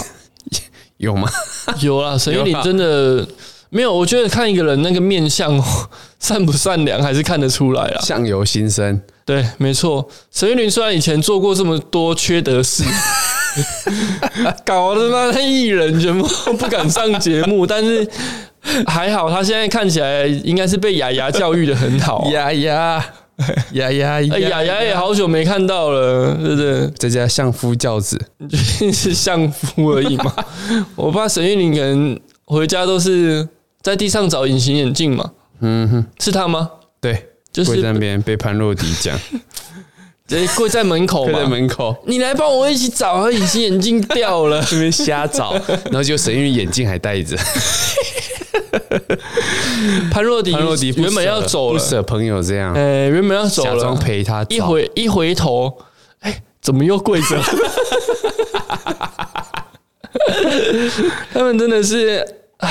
有 吗？
有啦，沈玉
有
琳
啦
真的没有。我觉得看一个人那个面相哦 善不善良，还是看得出来啦。
相由心生，
对，没错。沈玉琳虽然以前做过这么多缺德 事，搞得那艺人全部不敢上节目， 但是还好，她现在看起来应该是被雅雅教育的很 好、
呀
啊。
呀呀呀
哎，雅雅也好久没看到了，对不对？
在家相夫教子，
是相夫而已 嘛。我怕沈玉玲可能回家都是在地上找隐形眼镜嘛，
嗯哼，
是他吗？
对，
就是
跪在那边被潘若迪 讲，
诶跪在门 口
跪在
嘛。
门口
你来帮我一起找，他隐形眼镜掉 了。
这边瞎 找，然后就沈玉琳眼镜还戴着，
潘若迪，
潘若迪不舍
原本要走
不
了，
舍朋友这样，
哎，原本要走
假装
了，
陪他
一
找
回一回头，哎，怎么又跪着？ 他们真的是，唉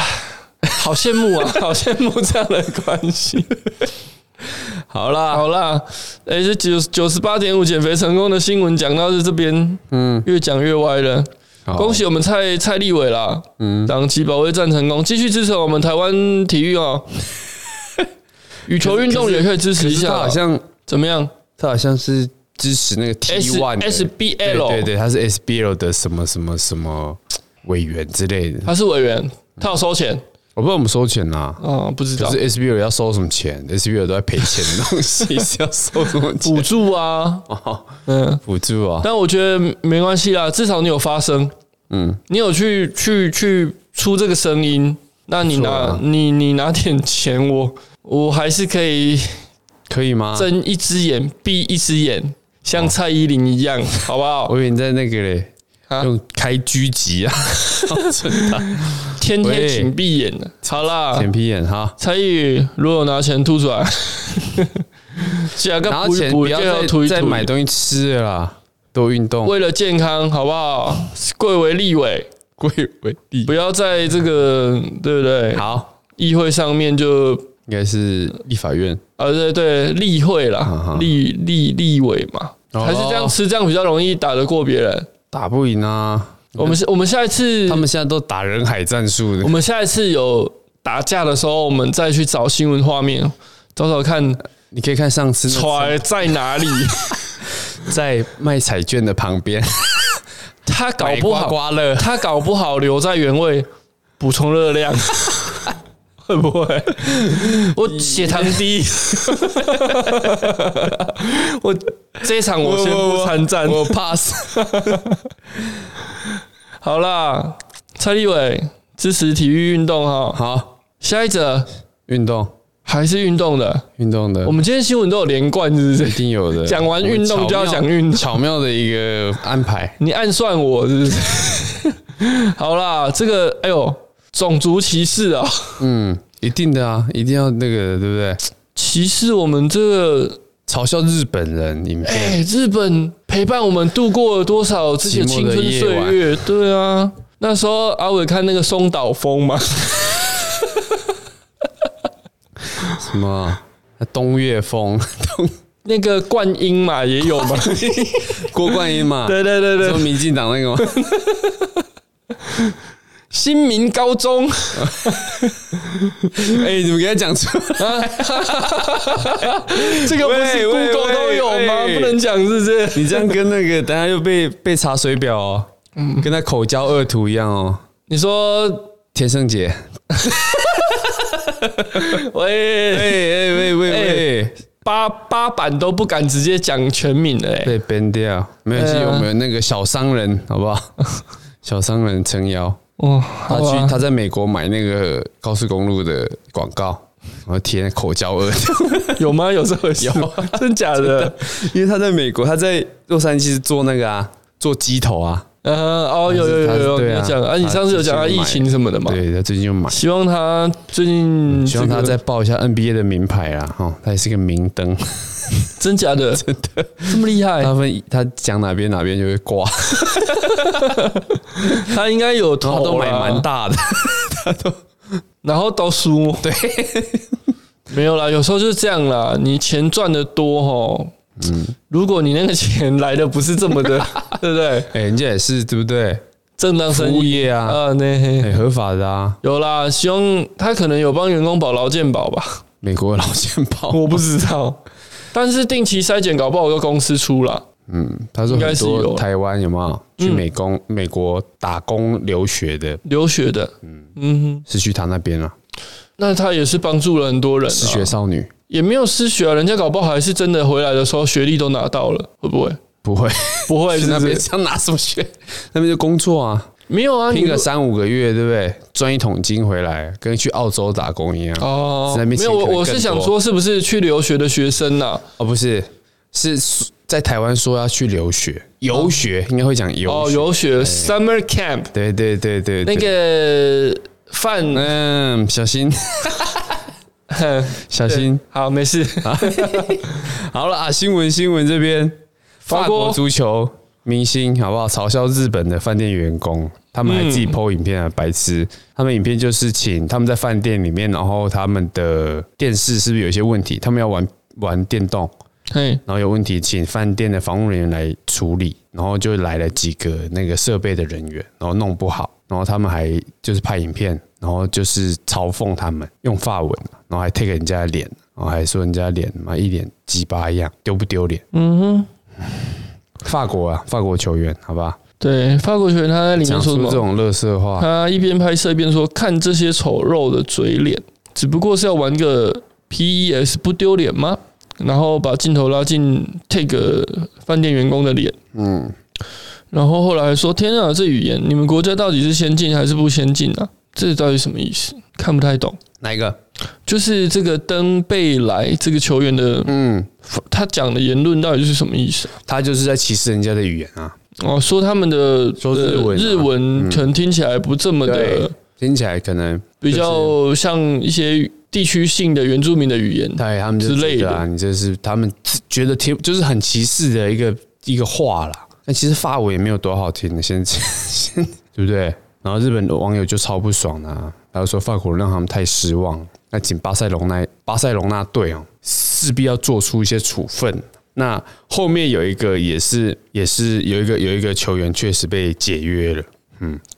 好羡慕啊， 好羡慕这样的关系。
好啦，
好啦，哎、这九九十八点五减肥成功的新闻讲到是这边，
嗯，
越讲越歪了。
好
恭喜我们蔡蔡立伟啦，嗯，党旗保卫战成功，继续支持我们台湾体育 哦。羽球运动也可以支持一
可是
下
他
啦，
好像
怎么样
他好像是支持那个 T
？S
One
SBL，
对对对，他是 SBL 的什么什么什么委员之类的，
他是委员，他有收钱
我不知道我们收钱啦、啊。
啊、不知
可
道
是 SBL 要收什么钱？SBL 都在赔钱的东西 是要收什么
补
钱？
助啊，
哦
嗯，
补助啊，
但我觉得没关系啦，至少你有发声，嗯，你有去去去出这个声音，那你
不
拿、
错啊
你你拿点钱我，我还是可以
可以吗？
睁一只眼闭一只眼，像蔡依林一 样，好不好？
我以为你在那个嘞，
啊
用开狙击 啊，
天天
喂
请闭眼的，好啦，
舔皮眼哈。
蔡依林如果有拿钱吐 出来，下个
然后
补一
钱
补，
不
就
要
要
再
吐一
再
吐，
买东西吃了啦，多运动。
为了健康，好不好？贵为立委，
贵为利
不要在这个对不对？
好，
议会上面就
应该是立法院
呃，对对，例会啦
哈，
立立立委嘛，
啊哦
还是这样吃，这样比较容易打得过别人。
打不赢啊。
我们我们下一次
他，们现在都打人海战术
我
的，
们下一次有打架的时候，我们再去找新闻画面，找找
呃
看
你可以看上次那
船在哪里。
在卖彩券的旁边，
他搞
买
不
刮
好，
刮乐，
他搞不好留在原位补充 热量，会不会？我血糖低，我这一场我先不参战。
我 pass。
好啦，蔡立伟支持体育运动哈。
好，
下一则
运动，
还是运动的，
运动的
我，们今天新闻都有连贯，是不
一
是？
定有的。
讲完
我们
运动就要
巧妙
讲运动
巧妙的一个安排。
你暗算我是不 是？好啦，这个哎呦，种族歧视啊，
嗯，一定的啊，一定要那个的，对不对？
歧视我们这个
嘲笑日本人影片，
哎，日本陪伴我们度过了多少自己的青春
寂
岁
寞的
月？对啊，那时候阿伟看那个松岛枫嘛，
什么啊 东岳风、
那个冠英嘛也有嘛，
郭冠英嘛，
对对对对
说，民进党那个吗？
新民高中。
哎，你怎么给他讲出来？
啊 这个不
喂
是
喂
Google 都有吗？
喂
不能讲是不是？
你这样跟那个，等下又被被查水表哦，跟他口交恶徒一样哦。
你说，
田胜杰，哎
喂，
哎喂喂喂，
八八版都不敢直接讲全名了、欸，
被 ban 掉，没关系，
对啊
我们有那个小商人，好不 好？小商人撑腰，
哦，
他
好
去
吧，
他在美国买那个高速公路的广告，然后贴口交二，
有吗？有这回事？
有，
真假的？
因为他在美国，他在洛杉矶是做那个啊，做鸡头啊，
嗯，哦，有有有有，
对
有
啊
讲啊，
他
你上次有讲他
最近
疫
买
情什么的嘛？
对，他最近就买，
希望他最近
希望
这
他
个
再报一下 NBA 的名牌啊，哦，他也是个明灯，
真假 的，真的这么厉害？
他分他讲哪边哪边就会挂，
他应该有
然后
投
都买
啦
蛮大的，
然后都输。对， 没有啦，有时候就是这样啦。你钱赚的多吼，嗯，如果你那个钱来的不是这 么的，对不对？
哎，人家也是对不对？
正当
服
生
务
意
业啊，
啊，那嘿
哎，合法的啊，
有啦，希望他可能有帮员工保劳健保吧，
美国的老健保，
我不知道。 但是定期筛检搞不好有公司出啦。
嗯，他说
应该
很
是有嗯
多台湾有没有去美工美国打工留学的，
留学的，嗯哼，
是去他那边啊，
那他也是帮助了很多人、啊，
失学少女
也没有失学啊，人家搞不好还是真的回来的时候学历都拿到了，会不会？
不 会，
不会
去
是不
那
是
边想拿什么学？那边就工作啊，
没有啊，你
拼个
如
三五个月，对不对？赚一桶金回来，跟去澳洲打工一样。哦，
哦，
在那
没
边
有，
钱
我
可能
我
更
是想
多
说，是不是去留学的学生啊呐、
哦不是，是在台湾说要去留学，游学应该会讲游
哦，
学。
游学 summer camp
对对对对，对
那个饭，
嗯，小 心
哼
小
对
心。啊
好，没事。
好了啊，新闻新闻这边，
法
法
国
国足球明星好不好？嘲笑日本的饭店员工，他们还自己 PO 影片啊，白痴！他们影片就是请他们在饭店里面，然后他们的电视是不是有一些问题？他们要玩玩电动，
嘿，
然后有问题请饭店的房务人员来处理，然后就来了几个那个设备的人员，然后弄不好，然后他们还就是拍影片，然后就是嘲讽他们用发文，然后还 take 人家的脸，然后还说人家脸嘛一脸鸡巴一样，丢不丢脸？嗯哼，法国啊，法国球员，好吧，
对，法国球员他在里面
讲
说
出
什
这
么？
种乐色话，
啊他一边拍摄一边说：“看这些丑陋的嘴脸，只不过是要玩个 PES 不丢脸吗？”然后把镜头拉近 take 饭店员工的脸，
嗯，
然后后来还说：“天啊，这语言，你们国家到底是先进还是不先进啊？这到底什么意思？看不太懂。”
哪一个？
就是这个登贝莱这个球员的，
嗯，
他讲的言论到底是什么意思啊？
他就是在歧视人家的语言啊，
哦，说他们的
说日文啊
呃日文可能听起来不这么的
对，听起来可能
比较像一些地区性的原住民的语言。
对他们就
之
觉
类
得啊，你这是他们自觉得贴，就是很歧视的一个一个话啦。但其实法文也没有多好听的，先 先对不对？然后日本的网友就超不爽啦、啊，然后说法国人让他们太失望。那请巴塞隆那巴塞隆那队哦，势必要做出一些处分。那后面有一个也是也是有一个有一个球员确实被解约了，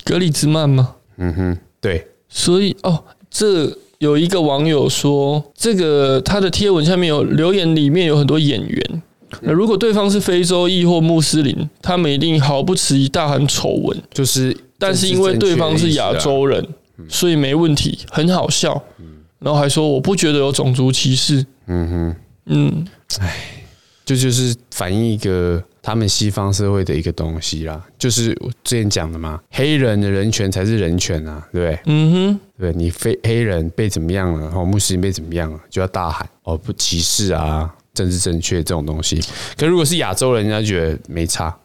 格里兹曼吗？
嗯哼，对，
所以哦，这有一个网友说，这个他的贴文下面有留言，里面有很多演员。那如果对方是非洲裔或穆斯林，他们一定毫不迟疑大喊丑闻。
就是
但是因为对方是
啊
亚洲人，嗯所以没问题，很好笑。然后还说我不觉得有种族歧视。嗯哼，嗯，
这就是反映一个他们西方社会的一个东西啦，就是我之前讲的嘛，黑人的人权才是人权啊，对不对？
嗯哼，
对不对，你非黑人被怎么样了，然后穆斯林被怎么样了，就要大喊哦不歧视啊，政治正确这种东西。可如果是亚洲人，人家觉得没差。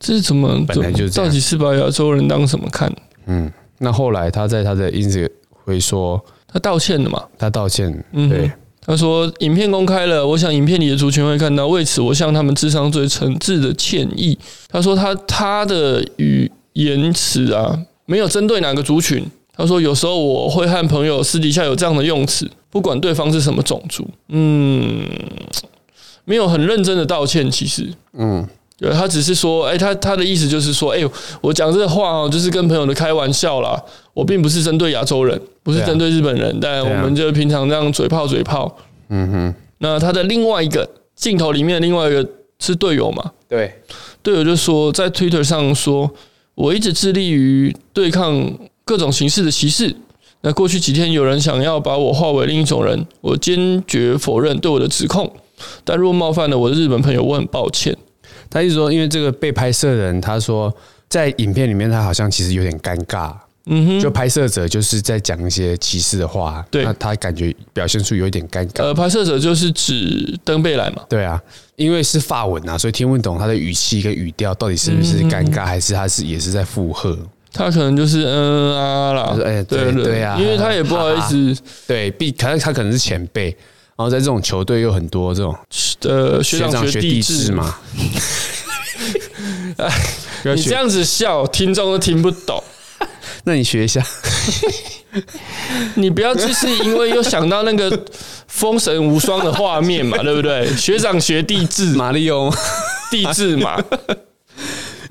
这是怎么？
本来就是这
到
样
底是把亚洲人当什么看？
嗯，那后来他在他的 ins 会说
他道歉了嘛？
他道歉，
嗯
对，
他说影片公开了，我想影片里的族群会看到，为此我向他们致上最诚挚的歉意。他说他他的语言词啊，没有针对哪个族群。他说有时候我会和朋友私底下有这样的用词，不管对方是什么种族，嗯，没有很认真的道歉，其实，
嗯，
对他只是说，哎、他他的意思就是说，哎、我讲这个话哦，就是跟朋友的开玩笑啦，我并不是针对亚洲人，不是
对啊
针对日本人，但
对啊
哎我们就平常这样嘴炮嘴炮。
嗯哼，
那他的另外一个镜头里面的另外一个是队友嘛？
对，
队友就说在 Twitter 上说，我一直致力于对抗各种形式的歧视。那过去几天有人想要把我化为另一种人，我坚决否认对我的指控。但若冒犯了我的日本朋友，我很抱歉。
他一直说，因为这个被拍摄的人，他说在影片里面他好像其实有点尴尬，嗯哼，就拍摄者就是在讲一些歧视的话，
对
那他感觉表现出有一点尴尬。
呃，拍摄者就是指登贝莱嘛，
对啊，因为是法文啊，所以听不懂他的语气跟语调到底是不是尴
嗯
尬，还是他是也是在附和。
他可能就是嗯啊啦
就是，哎对对啊
因为他也不好意思，
对，毕可能他可能是前辈，然后在这种球队有很多这种
呃，学
长
长
学
弟
制
制，
嘛。哎
你这
学，
样子笑，听众都听不懂。
那你学一下。
你不要就是因为又想到那个《封神无双》的画面嘛，对不对？学长学弟制，
马里奥，
弟制嘛，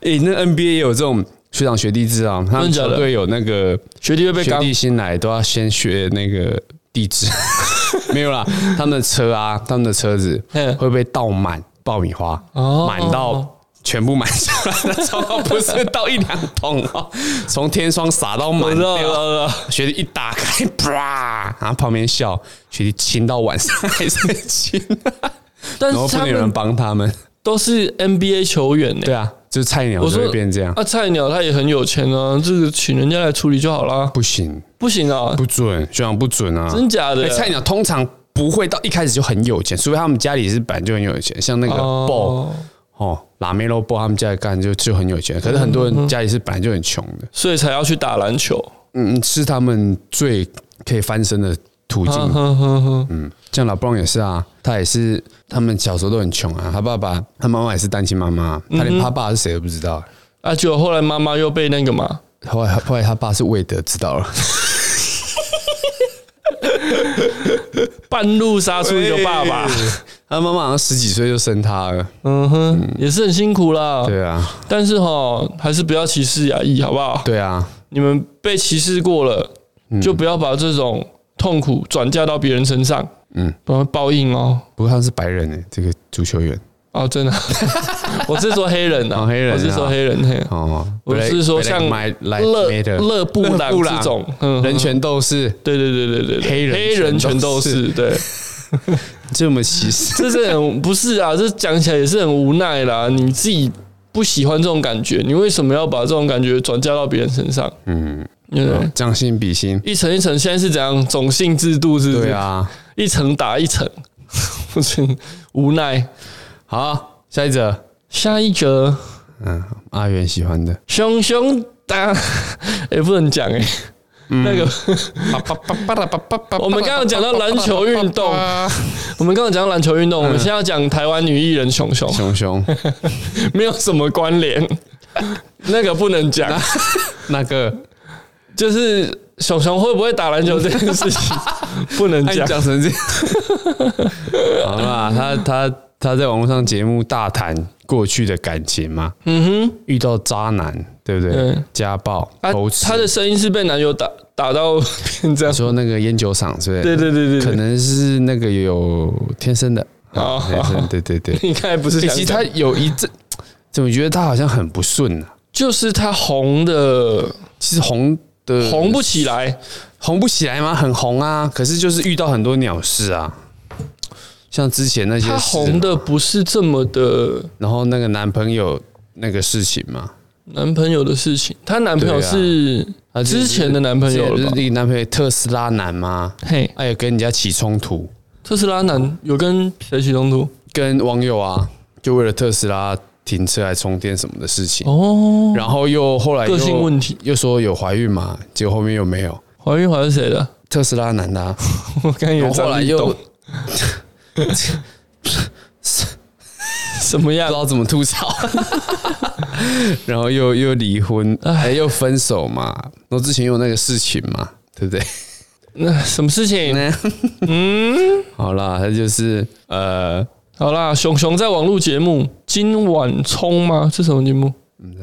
诶、那 NBA 也有这种学长学弟制啊，他们
真的假的
球队有那个
学弟会被
学
刚
弟新来都要先学那个地址， 没有啦，他们的车啊，他们的车子
嗯
会被倒满爆米花，
哦
满到。全部满下来， 那超到不是倒一两桶哦，从天窗洒到满
知道知
掉。
道知道
学弟一打开，啪，然后旁边笑，学弟亲到晚上还在亲，
但
然后
是
不
他
能有人
们
帮他们。
都是 NBA 球员呢、
对啊，就是菜鸟
我
就
说
会变这样，
啊，菜鸟他也很有钱啊，这个请人家来处理就好啦。
不行，
不行啊，
不准，学长不准啊！
真假的
欸菜鸟通常不会到一开始就很有钱，除非他们家里是本来就很有钱，像那个 Bo
哦，
哦，拉梅洛 Bo 他们家干就就很有
嗯
钱，可是很多人家里是本来就很穷的，
所以才要去打篮球。
嗯，是他们最可以翻身的途
哼
径。
哼哼哼，
嗯，像老布朗也是啊，他也是，他们小时候都很穷啊，他爸爸、他妈妈也是单亲妈妈，
嗯
他连他爸是谁都不知道。
啊，结果后来妈妈又被那个嘛，
后来，后来他爸是魏德知 道了，
半路杀出一个爸爸，
他妈妈好像十几岁就生他了。
嗯哼，也是很辛苦啦。
对啊，
但是哈，还是不要歧视亚裔，好不好？
对嗯啊，
你们被歧视过了，就不要把这种痛苦转嫁到别人身上，
嗯
嗯，不然会报应哦。
不过他是白人诶、这个足球员。
哦， 真的，我是说黑人啊，
哦黑人啊
我是说黑人，嘿，
哦，
我
Black-
是说
Black
像
My Life
勒
Matter
勒布朗
勒布朗
这种， 嗯，
人权斗士，
对对对对对对，
黑人
黑人全都
全
是对，
这么歧视，
这是很不是啊，这讲起来也是很无奈啦，你自己。不喜欢这种感觉，你为什么要把这种感觉转嫁到别人身上？
嗯，
对不对
将心比心，
一层一层，现在是怎样种姓制度？是不是？
对啊，
一层打一层， 我真无奈。
好，下一则，
下一则，
嗯，阿元喜欢的，
熊熊哒， 也、不能讲哎、
嗯
那个，我们刚刚讲到篮球运动，我们刚刚讲到篮球
嗯
运动，我们现在要讲台湾女艺人 熊熊，
熊 熊，
没有什么关联，那个不能讲，
那个，
就是熊熊会不会打篮球这件事情不 能
哎你
讲。
讲成这 样，好啦，他他他在网络上节目大谈过去的感情嘛，
嗯哼，
遇到渣男，对不对
嗯？
家暴、
啊
偷，吃
她，的声音是被男友打打到变这样。
说那个烟酒嗓，是不是？
对对对对
可
对，
能是那个有天生的
哦
啊，天生对对对。
你刚才不是
欸
想
其实
讲
他有一阵，怎么觉得他好像很不顺啊？
就是他红的
其实红的
红不起来，
红不起来吗？很红啊，可是就是遇到很多鸟事啊，像之前那些
他
事啊
红，的不是这么的
然后那个男朋友那个事情嘛，
男朋友的事情。她男朋友
对啊
是
他就是
之前的男朋友
之前不
了
是？
吧
那个男朋友特斯拉男吗？
嘿，
哎，有跟人家起冲突，
特斯拉男有跟谁起冲突？
跟网友啊，就为了特斯拉停车还充电什么的事情，
哦，
然后又后来又
个性问题，
又说有怀孕嘛，结果后面又没有。
怀孕怀是谁的？
特斯拉男的、 啊，
我刚以为
然后后来
张立
又
东什么
不
样
知？道怎么吐槽， 然后又又离婚，哎，又分手嘛，然后之前有那个事情嘛，对不对？
那什么事情？ 嗯
好啦，他就是呃，
好啦，熊熊在网络节目今晚冲吗？是什么节目？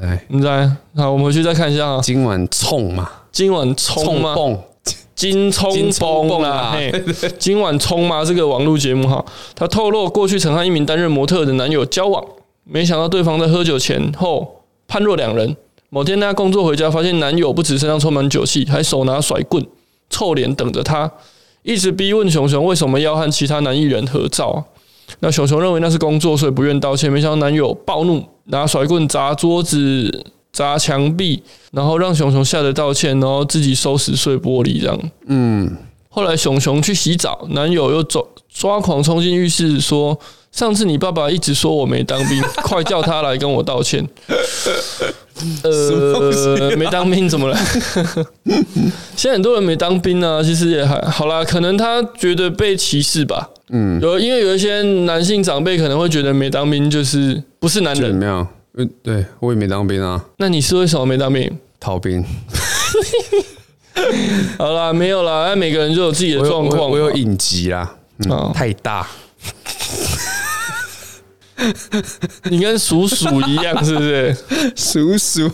哎，
你在？好，我们回去再看一下啊。
今晚冲嘛，
今晚冲
冲
吗？
蹦，
金冲
金冲
崩
崩
啦
啦！
嘿今晚冲吗？这个网络节目哈，他透露过去曾和一名担任模特的男友交往，没想到对方在喝酒前后判若两人。某天她工作回家，发现男友不止身上充满酒气，还手拿甩棍，臭脸等着她，一直逼问熊熊为什么要和其他男艺人合照、啊。那熊熊认为那是工作，所以不愿道歉。没想到男友暴怒，拿甩棍砸桌子，砸墙壁，然后让熊熊吓得道歉，然后自己收拾碎玻璃这样。
嗯，
后来熊熊去洗澡，男友又抓抓狂冲进浴室说：“上次你爸爸一直说我没当兵，快叫他来跟我 道
啊
歉。”呃，没当兵怎么了？现在很多人没当兵啊，其实也还好啦。可能他觉得被歧视吧。嗯，有因为有一些男性长辈可能会觉得没当兵就是不是男
就怎
人。
么样？嗯，对我也没当兵啊，
那你是为什么没当兵？
逃兵。
好啦，没有啦，那每个人就有自己的
我有
状况嘛。
我有我有隐疾啦，
哦
嗯，太 大。
你跟鼠鼠一样，是不是？
叔叔，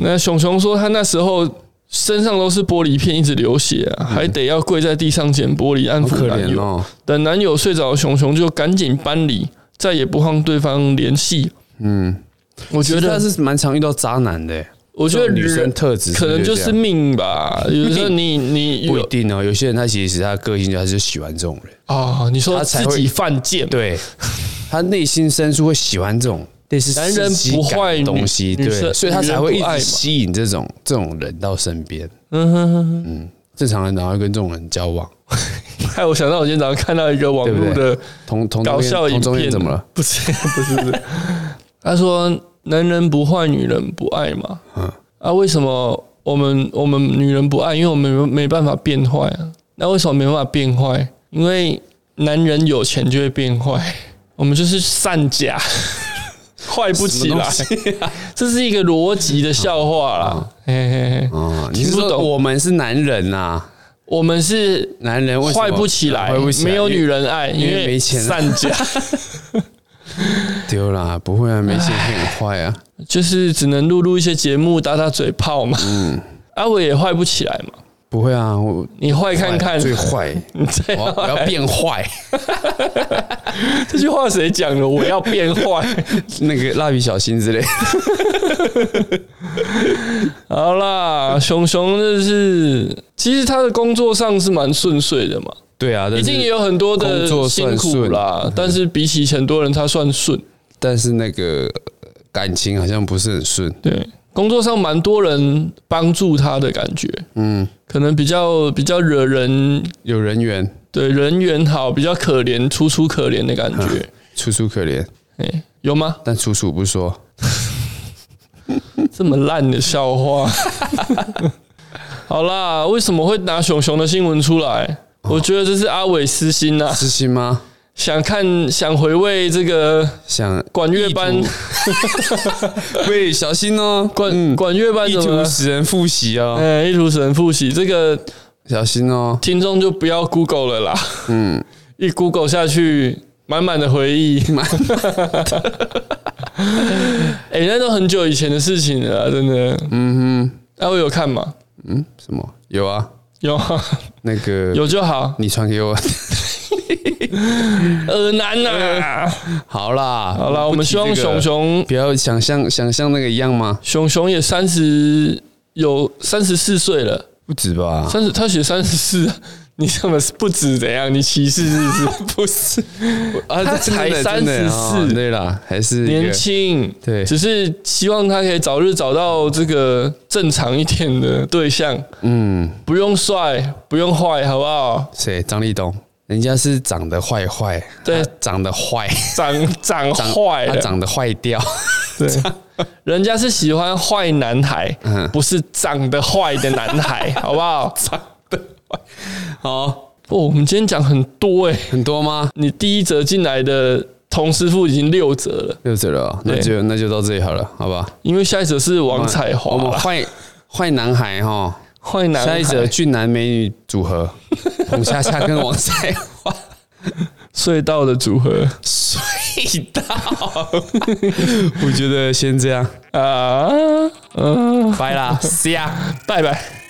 那熊熊说他那时候身上都是玻璃片，一直流血啊，还得要跪在地上捡玻璃安
嗯好
抚
可
男
怜
友。
哦。
等男友睡着，熊熊就赶紧搬离，再也不和对方联系。
嗯，
我觉
其实他
得，
是蛮常遇到渣男的欸，
我觉得
这种女生特质
可能就是
不
命吧。有时候你你
这样不一
有
定哦。有些人他其实他个性就他就喜欢这种人，
啊，你说
他
自
才会
己犯贱，
对他内心深处会喜欢这种类似
男人
刺激
不
感
坏
的东西，
女女生
对，所以他才会一
女人不爱嘛
直吸引这种这种人到身边。
嗯哼哼哼。
正常人哪会跟这种人交往？
害我想到我今天早上看到一个网
对
络
不
的
同同
搞
中恋
笑影
同中
片，
恋怎么 了？？
不是不是不是， 他说男人不坏，女人不爱嘛。
嗯
啊，为什么我们我们女人不爱？因为我们没没办法变坏啊。那为什么没办法变坏？因为男人有钱就会变坏，我们就是善 假，坏不起来。
什
这是一个逻辑的笑话啦。
嗯
嘿嘿嘿，
啊，你是
听不
说
懂
我们是男人呐？
我们是
男人为什么
坏不起来
坏不起，来
没有女人爱，
因为
因为
没钱啊
善假。
丢啦，不会啊，没钱可以很坏啊。
就是只能录录一些节目，打打嘴炮嘛。
嗯
啊，我也坏不起来嘛。
不会啊，我
你坏看看，
最 坏，
你这
我要我要变坏。
这句话谁讲的？我要变坏。
那个蜡笔小新之类，
好啦，熊熊就是，其实他的工作上是蛮顺遂的嘛，
对啊，但
一
是
定也有很多的
工作
辛
算
苦啦。但是比起很多人，他算顺。
但是那个呃感情好像不是很顺，
对，工作上蛮多人帮助他的感觉，
嗯，
可能比较比较惹人
有人缘，
对人缘好，比较可怜，楚楚可怜的感觉。
楚楚可怜，
哎、有吗？
但楚楚不说。
这么烂的笑话。 好啦，为什么会拿熊熊的新闻出来？我觉得这是阿伟私心呐、啊，
知心吗？
想看想回味这个
想
管乐班
意，喂，小心哦，
管 管乐班
意
怎么
图？使人复习哦，
哎，一图神复习这个
小心哦。
听众就不要 Google 了啦，
嗯，
一 Google 下去，满满的回忆，满满的。 哎、那都很久以前的事情了啦，真的。
嗯哼，
阿伟有看吗？
嗯，什么有啊？
有
那个
有就好，
你传给我。
耳男呐、啊。
好啦，
好啦，
哎不
我们
提
希望
这个
熊熊
不要想象想象那个一样吗？
熊熊也三十有三十四岁了，
不止吧？
三十他写三十四，你怎么不止怎样？你歧视是 不是？不是，
啊
他
真的
才
真的哦
34
对啦，还是一个
年轻，
对
只是希望他可以早日找到这个正常一点的对象，
嗯，
不用帅，不用坏，好不好？
谁？张立东，人家是长得坏坏，
对
他长得坏，
长长
啊长
坏
他
了，
长得坏掉，
对，人家是喜欢坏男孩，
嗯
不是长得坏的 男孩，好不好？
好
哦，我们今天讲很多哎、
很多吗？
你第一则进来的童师傅已经六折了，
六折了哦，那
对
就那就到这里好了，好吧？
因为下一则是王彩
我们
华啦，
坏坏男孩哈，
坏男孩
下一则俊男美女组合，彭恰恰跟王彩华
隧道的组合
睡到， 我觉得先这样，
啊，嗯、啊
拜啦，see ya。
拜拜。